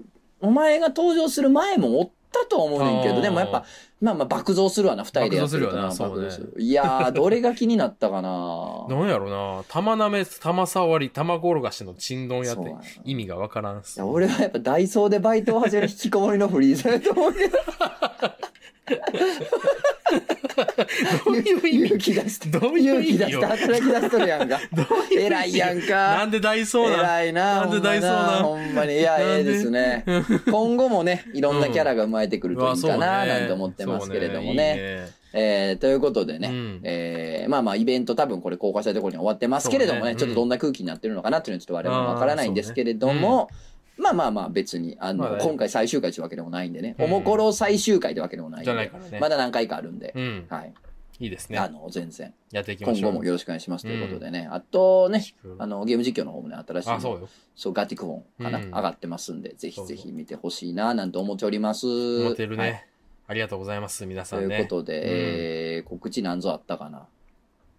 Speaker 1: お前が登場する前もおったとは思うねんけ
Speaker 2: あー
Speaker 1: ど、でもやっぱ、まあまあ、爆増するわな、二人でやってるとな。
Speaker 2: 爆増するよな
Speaker 1: 爆増す
Speaker 2: そう
Speaker 1: るいやー、どれが気になったかな
Speaker 2: なんやろな。玉なめ、玉触り、玉転がしの珍丼やっ
Speaker 1: そう
Speaker 2: て
Speaker 1: やな
Speaker 2: 意味がわからんっす
Speaker 1: いや。俺はやっぱダイソーでバイトを始める引きこもりのフリーザーやと思うけど。
Speaker 2: どういう意
Speaker 1: 勇
Speaker 2: 味
Speaker 1: 気出して。
Speaker 2: どういう
Speaker 1: 勇
Speaker 2: 意
Speaker 1: 気出
Speaker 2: 味
Speaker 1: し
Speaker 2: よ
Speaker 1: て働き出しとるやんか。
Speaker 2: どういう意味
Speaker 1: 偉いやん
Speaker 2: な
Speaker 1: か。
Speaker 2: んで大層な
Speaker 1: 偉いな。
Speaker 2: なんでダイソーな
Speaker 1: ほんまほんまに。いや、
Speaker 2: なんで
Speaker 1: ええですね。今後もね、いろんなキャラが生まれてくる
Speaker 2: う
Speaker 1: と
Speaker 2: わ
Speaker 1: いい
Speaker 2: そう
Speaker 1: か
Speaker 2: ね
Speaker 1: な、なんて思ってますけれども
Speaker 2: そう
Speaker 1: ね。えーということで
Speaker 2: いいね。う
Speaker 1: ね、
Speaker 2: ん
Speaker 1: えーまあまあイベント多分これ公開された頃には終わってますけれどもね、
Speaker 2: そうね
Speaker 1: ちょっとどんな空気になってるのかなっていうのはちょっと我々もわからないんですけれども、まあまあまあ別に、あの、
Speaker 2: まだね
Speaker 1: 今回最終回というわけでもないんでね、
Speaker 2: うん
Speaker 1: おもころ最終回というわけでもないん
Speaker 2: じ
Speaker 1: で、
Speaker 2: ゃないからね。
Speaker 1: まだ何回かあるんで、
Speaker 2: うん。
Speaker 1: はい。
Speaker 2: いいです
Speaker 1: あ
Speaker 2: ね。
Speaker 1: の、全然、
Speaker 2: やっていきま
Speaker 1: 今
Speaker 2: しょ
Speaker 1: 後
Speaker 2: う。
Speaker 1: もよろしくお願いしますということでね、あとね、あの、ゲーム実況の方もね、新しい
Speaker 2: あ、
Speaker 1: の
Speaker 2: そうよ。
Speaker 1: そう、ガティクフォンかな、
Speaker 2: うん
Speaker 1: 上がってますんで、ぜひ
Speaker 2: そうそう
Speaker 1: ぜひ見てほしいな、なんて思っております。
Speaker 2: 思ってる
Speaker 1: はい
Speaker 2: ね。ありがとうございます、皆さ
Speaker 1: と
Speaker 2: ん
Speaker 1: いう
Speaker 2: ね
Speaker 1: こ。とで、えー告知なんぞあったかな。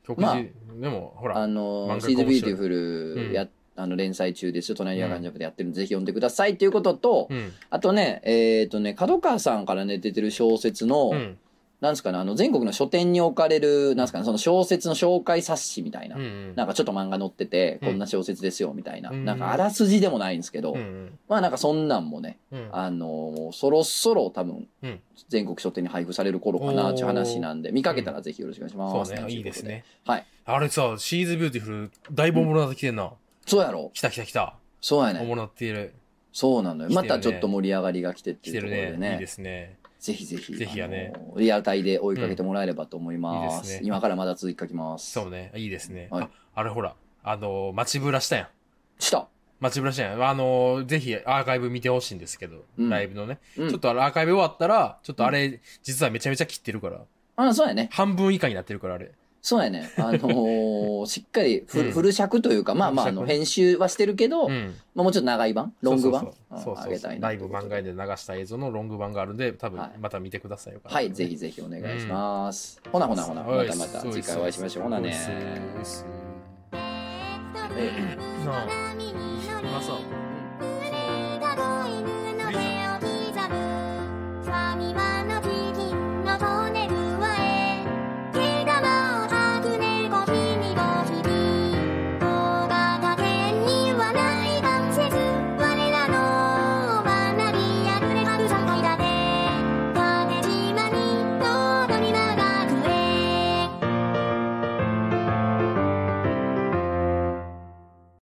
Speaker 2: 曲
Speaker 1: まあ
Speaker 2: でも、ほ
Speaker 1: あ
Speaker 2: ら、
Speaker 1: の
Speaker 2: 漫画
Speaker 1: ー、シーズ・
Speaker 2: 面
Speaker 1: ビュー
Speaker 2: 白
Speaker 1: テ
Speaker 2: い
Speaker 1: ィフルや、
Speaker 2: う
Speaker 1: あの連載中ですよ。隣にはガンジャブでやってるんで、ぜひ読んでくださいということと、
Speaker 2: うん。
Speaker 1: あとね、えっ、とね、角川さんからね、出てる小説の、
Speaker 2: うん。
Speaker 1: なんですかね、あの、全国の書店に置かれる、なんですかね、その小説の紹介冊子みたいな。
Speaker 2: うんうん。
Speaker 1: なんかちょっと漫画載ってて、
Speaker 2: うん
Speaker 1: こんな小説ですよ、みたいな。
Speaker 2: うん
Speaker 1: なんかあらすじでもないんですけど、
Speaker 2: うんうん
Speaker 1: まあなんかそんなんもね、
Speaker 2: うん
Speaker 1: あのーそろそろ多分
Speaker 2: うん、
Speaker 1: 全国書店に配布される頃かなっていう話なんで、見かけたらぜひよろしくお願いします。
Speaker 2: そうね、いいですね。
Speaker 1: はい。
Speaker 2: あれさ、シーズビューティフル、大ボンボロなってきてんな。
Speaker 1: そうやろ
Speaker 2: 来た来た来た。
Speaker 1: そうや
Speaker 2: お
Speaker 1: ね。
Speaker 2: もなっている。
Speaker 1: そうなのよ。
Speaker 2: 来てる
Speaker 1: ま
Speaker 2: ね
Speaker 1: たちょっと盛り上がりが来てって
Speaker 2: 来
Speaker 1: いう
Speaker 2: て
Speaker 1: と
Speaker 2: る
Speaker 1: ころで
Speaker 2: ね。いい
Speaker 1: ね
Speaker 2: で。すね。
Speaker 1: ぜひぜひ。
Speaker 2: ぜひやね
Speaker 1: あのーリアルタイで追いかけてもらえればと思い
Speaker 2: うんいい
Speaker 1: ま
Speaker 2: で
Speaker 1: す
Speaker 2: すね。
Speaker 1: 今からまだ続き書きます。
Speaker 2: そうね、いいですね。
Speaker 1: はい
Speaker 2: あ、あれほら、あの、街ぶらしたやん。
Speaker 1: した。
Speaker 2: 街ぶらしたやん。あの、ぜひアーカイブ見てほしいんですけど、
Speaker 1: うん
Speaker 2: ライブのね。
Speaker 1: うん
Speaker 2: ちょっとあれアーカイブ終わったら、ちょっとあれ、実はめちゃめちゃ切ってるから、
Speaker 1: あ、そうやね。
Speaker 2: 半分以下になってるから、あれ。
Speaker 1: そうやね。あの ーしっかりフ
Speaker 2: うん
Speaker 1: ル、フル尺というか、まあまあ、あ
Speaker 2: フル尺
Speaker 1: の、
Speaker 2: ね
Speaker 1: 編集はしてるけど、
Speaker 2: う
Speaker 1: ま
Speaker 2: ん。
Speaker 1: あもうちょっと長い版ロング版
Speaker 2: そうそう
Speaker 1: うん
Speaker 2: そう
Speaker 1: あ
Speaker 2: そう
Speaker 1: げ
Speaker 2: そ
Speaker 1: た
Speaker 2: う。
Speaker 1: いな
Speaker 2: ラ
Speaker 1: と
Speaker 2: イ
Speaker 1: いうこ
Speaker 2: ブ
Speaker 1: とで。
Speaker 2: 番外で流した映像のロング版があるんで、多分
Speaker 1: はい
Speaker 2: また見てくださいよかったら
Speaker 1: はい、
Speaker 2: ね。
Speaker 1: ぜひぜひお願いします。ほなほなほな、
Speaker 2: お
Speaker 1: ま
Speaker 2: いっす。
Speaker 1: たまた
Speaker 2: おいっ
Speaker 1: 次
Speaker 2: す
Speaker 1: 回お会いしましょう。ほな
Speaker 2: おいっす
Speaker 1: ね。
Speaker 2: おいっす
Speaker 1: ええ
Speaker 2: なあ今さ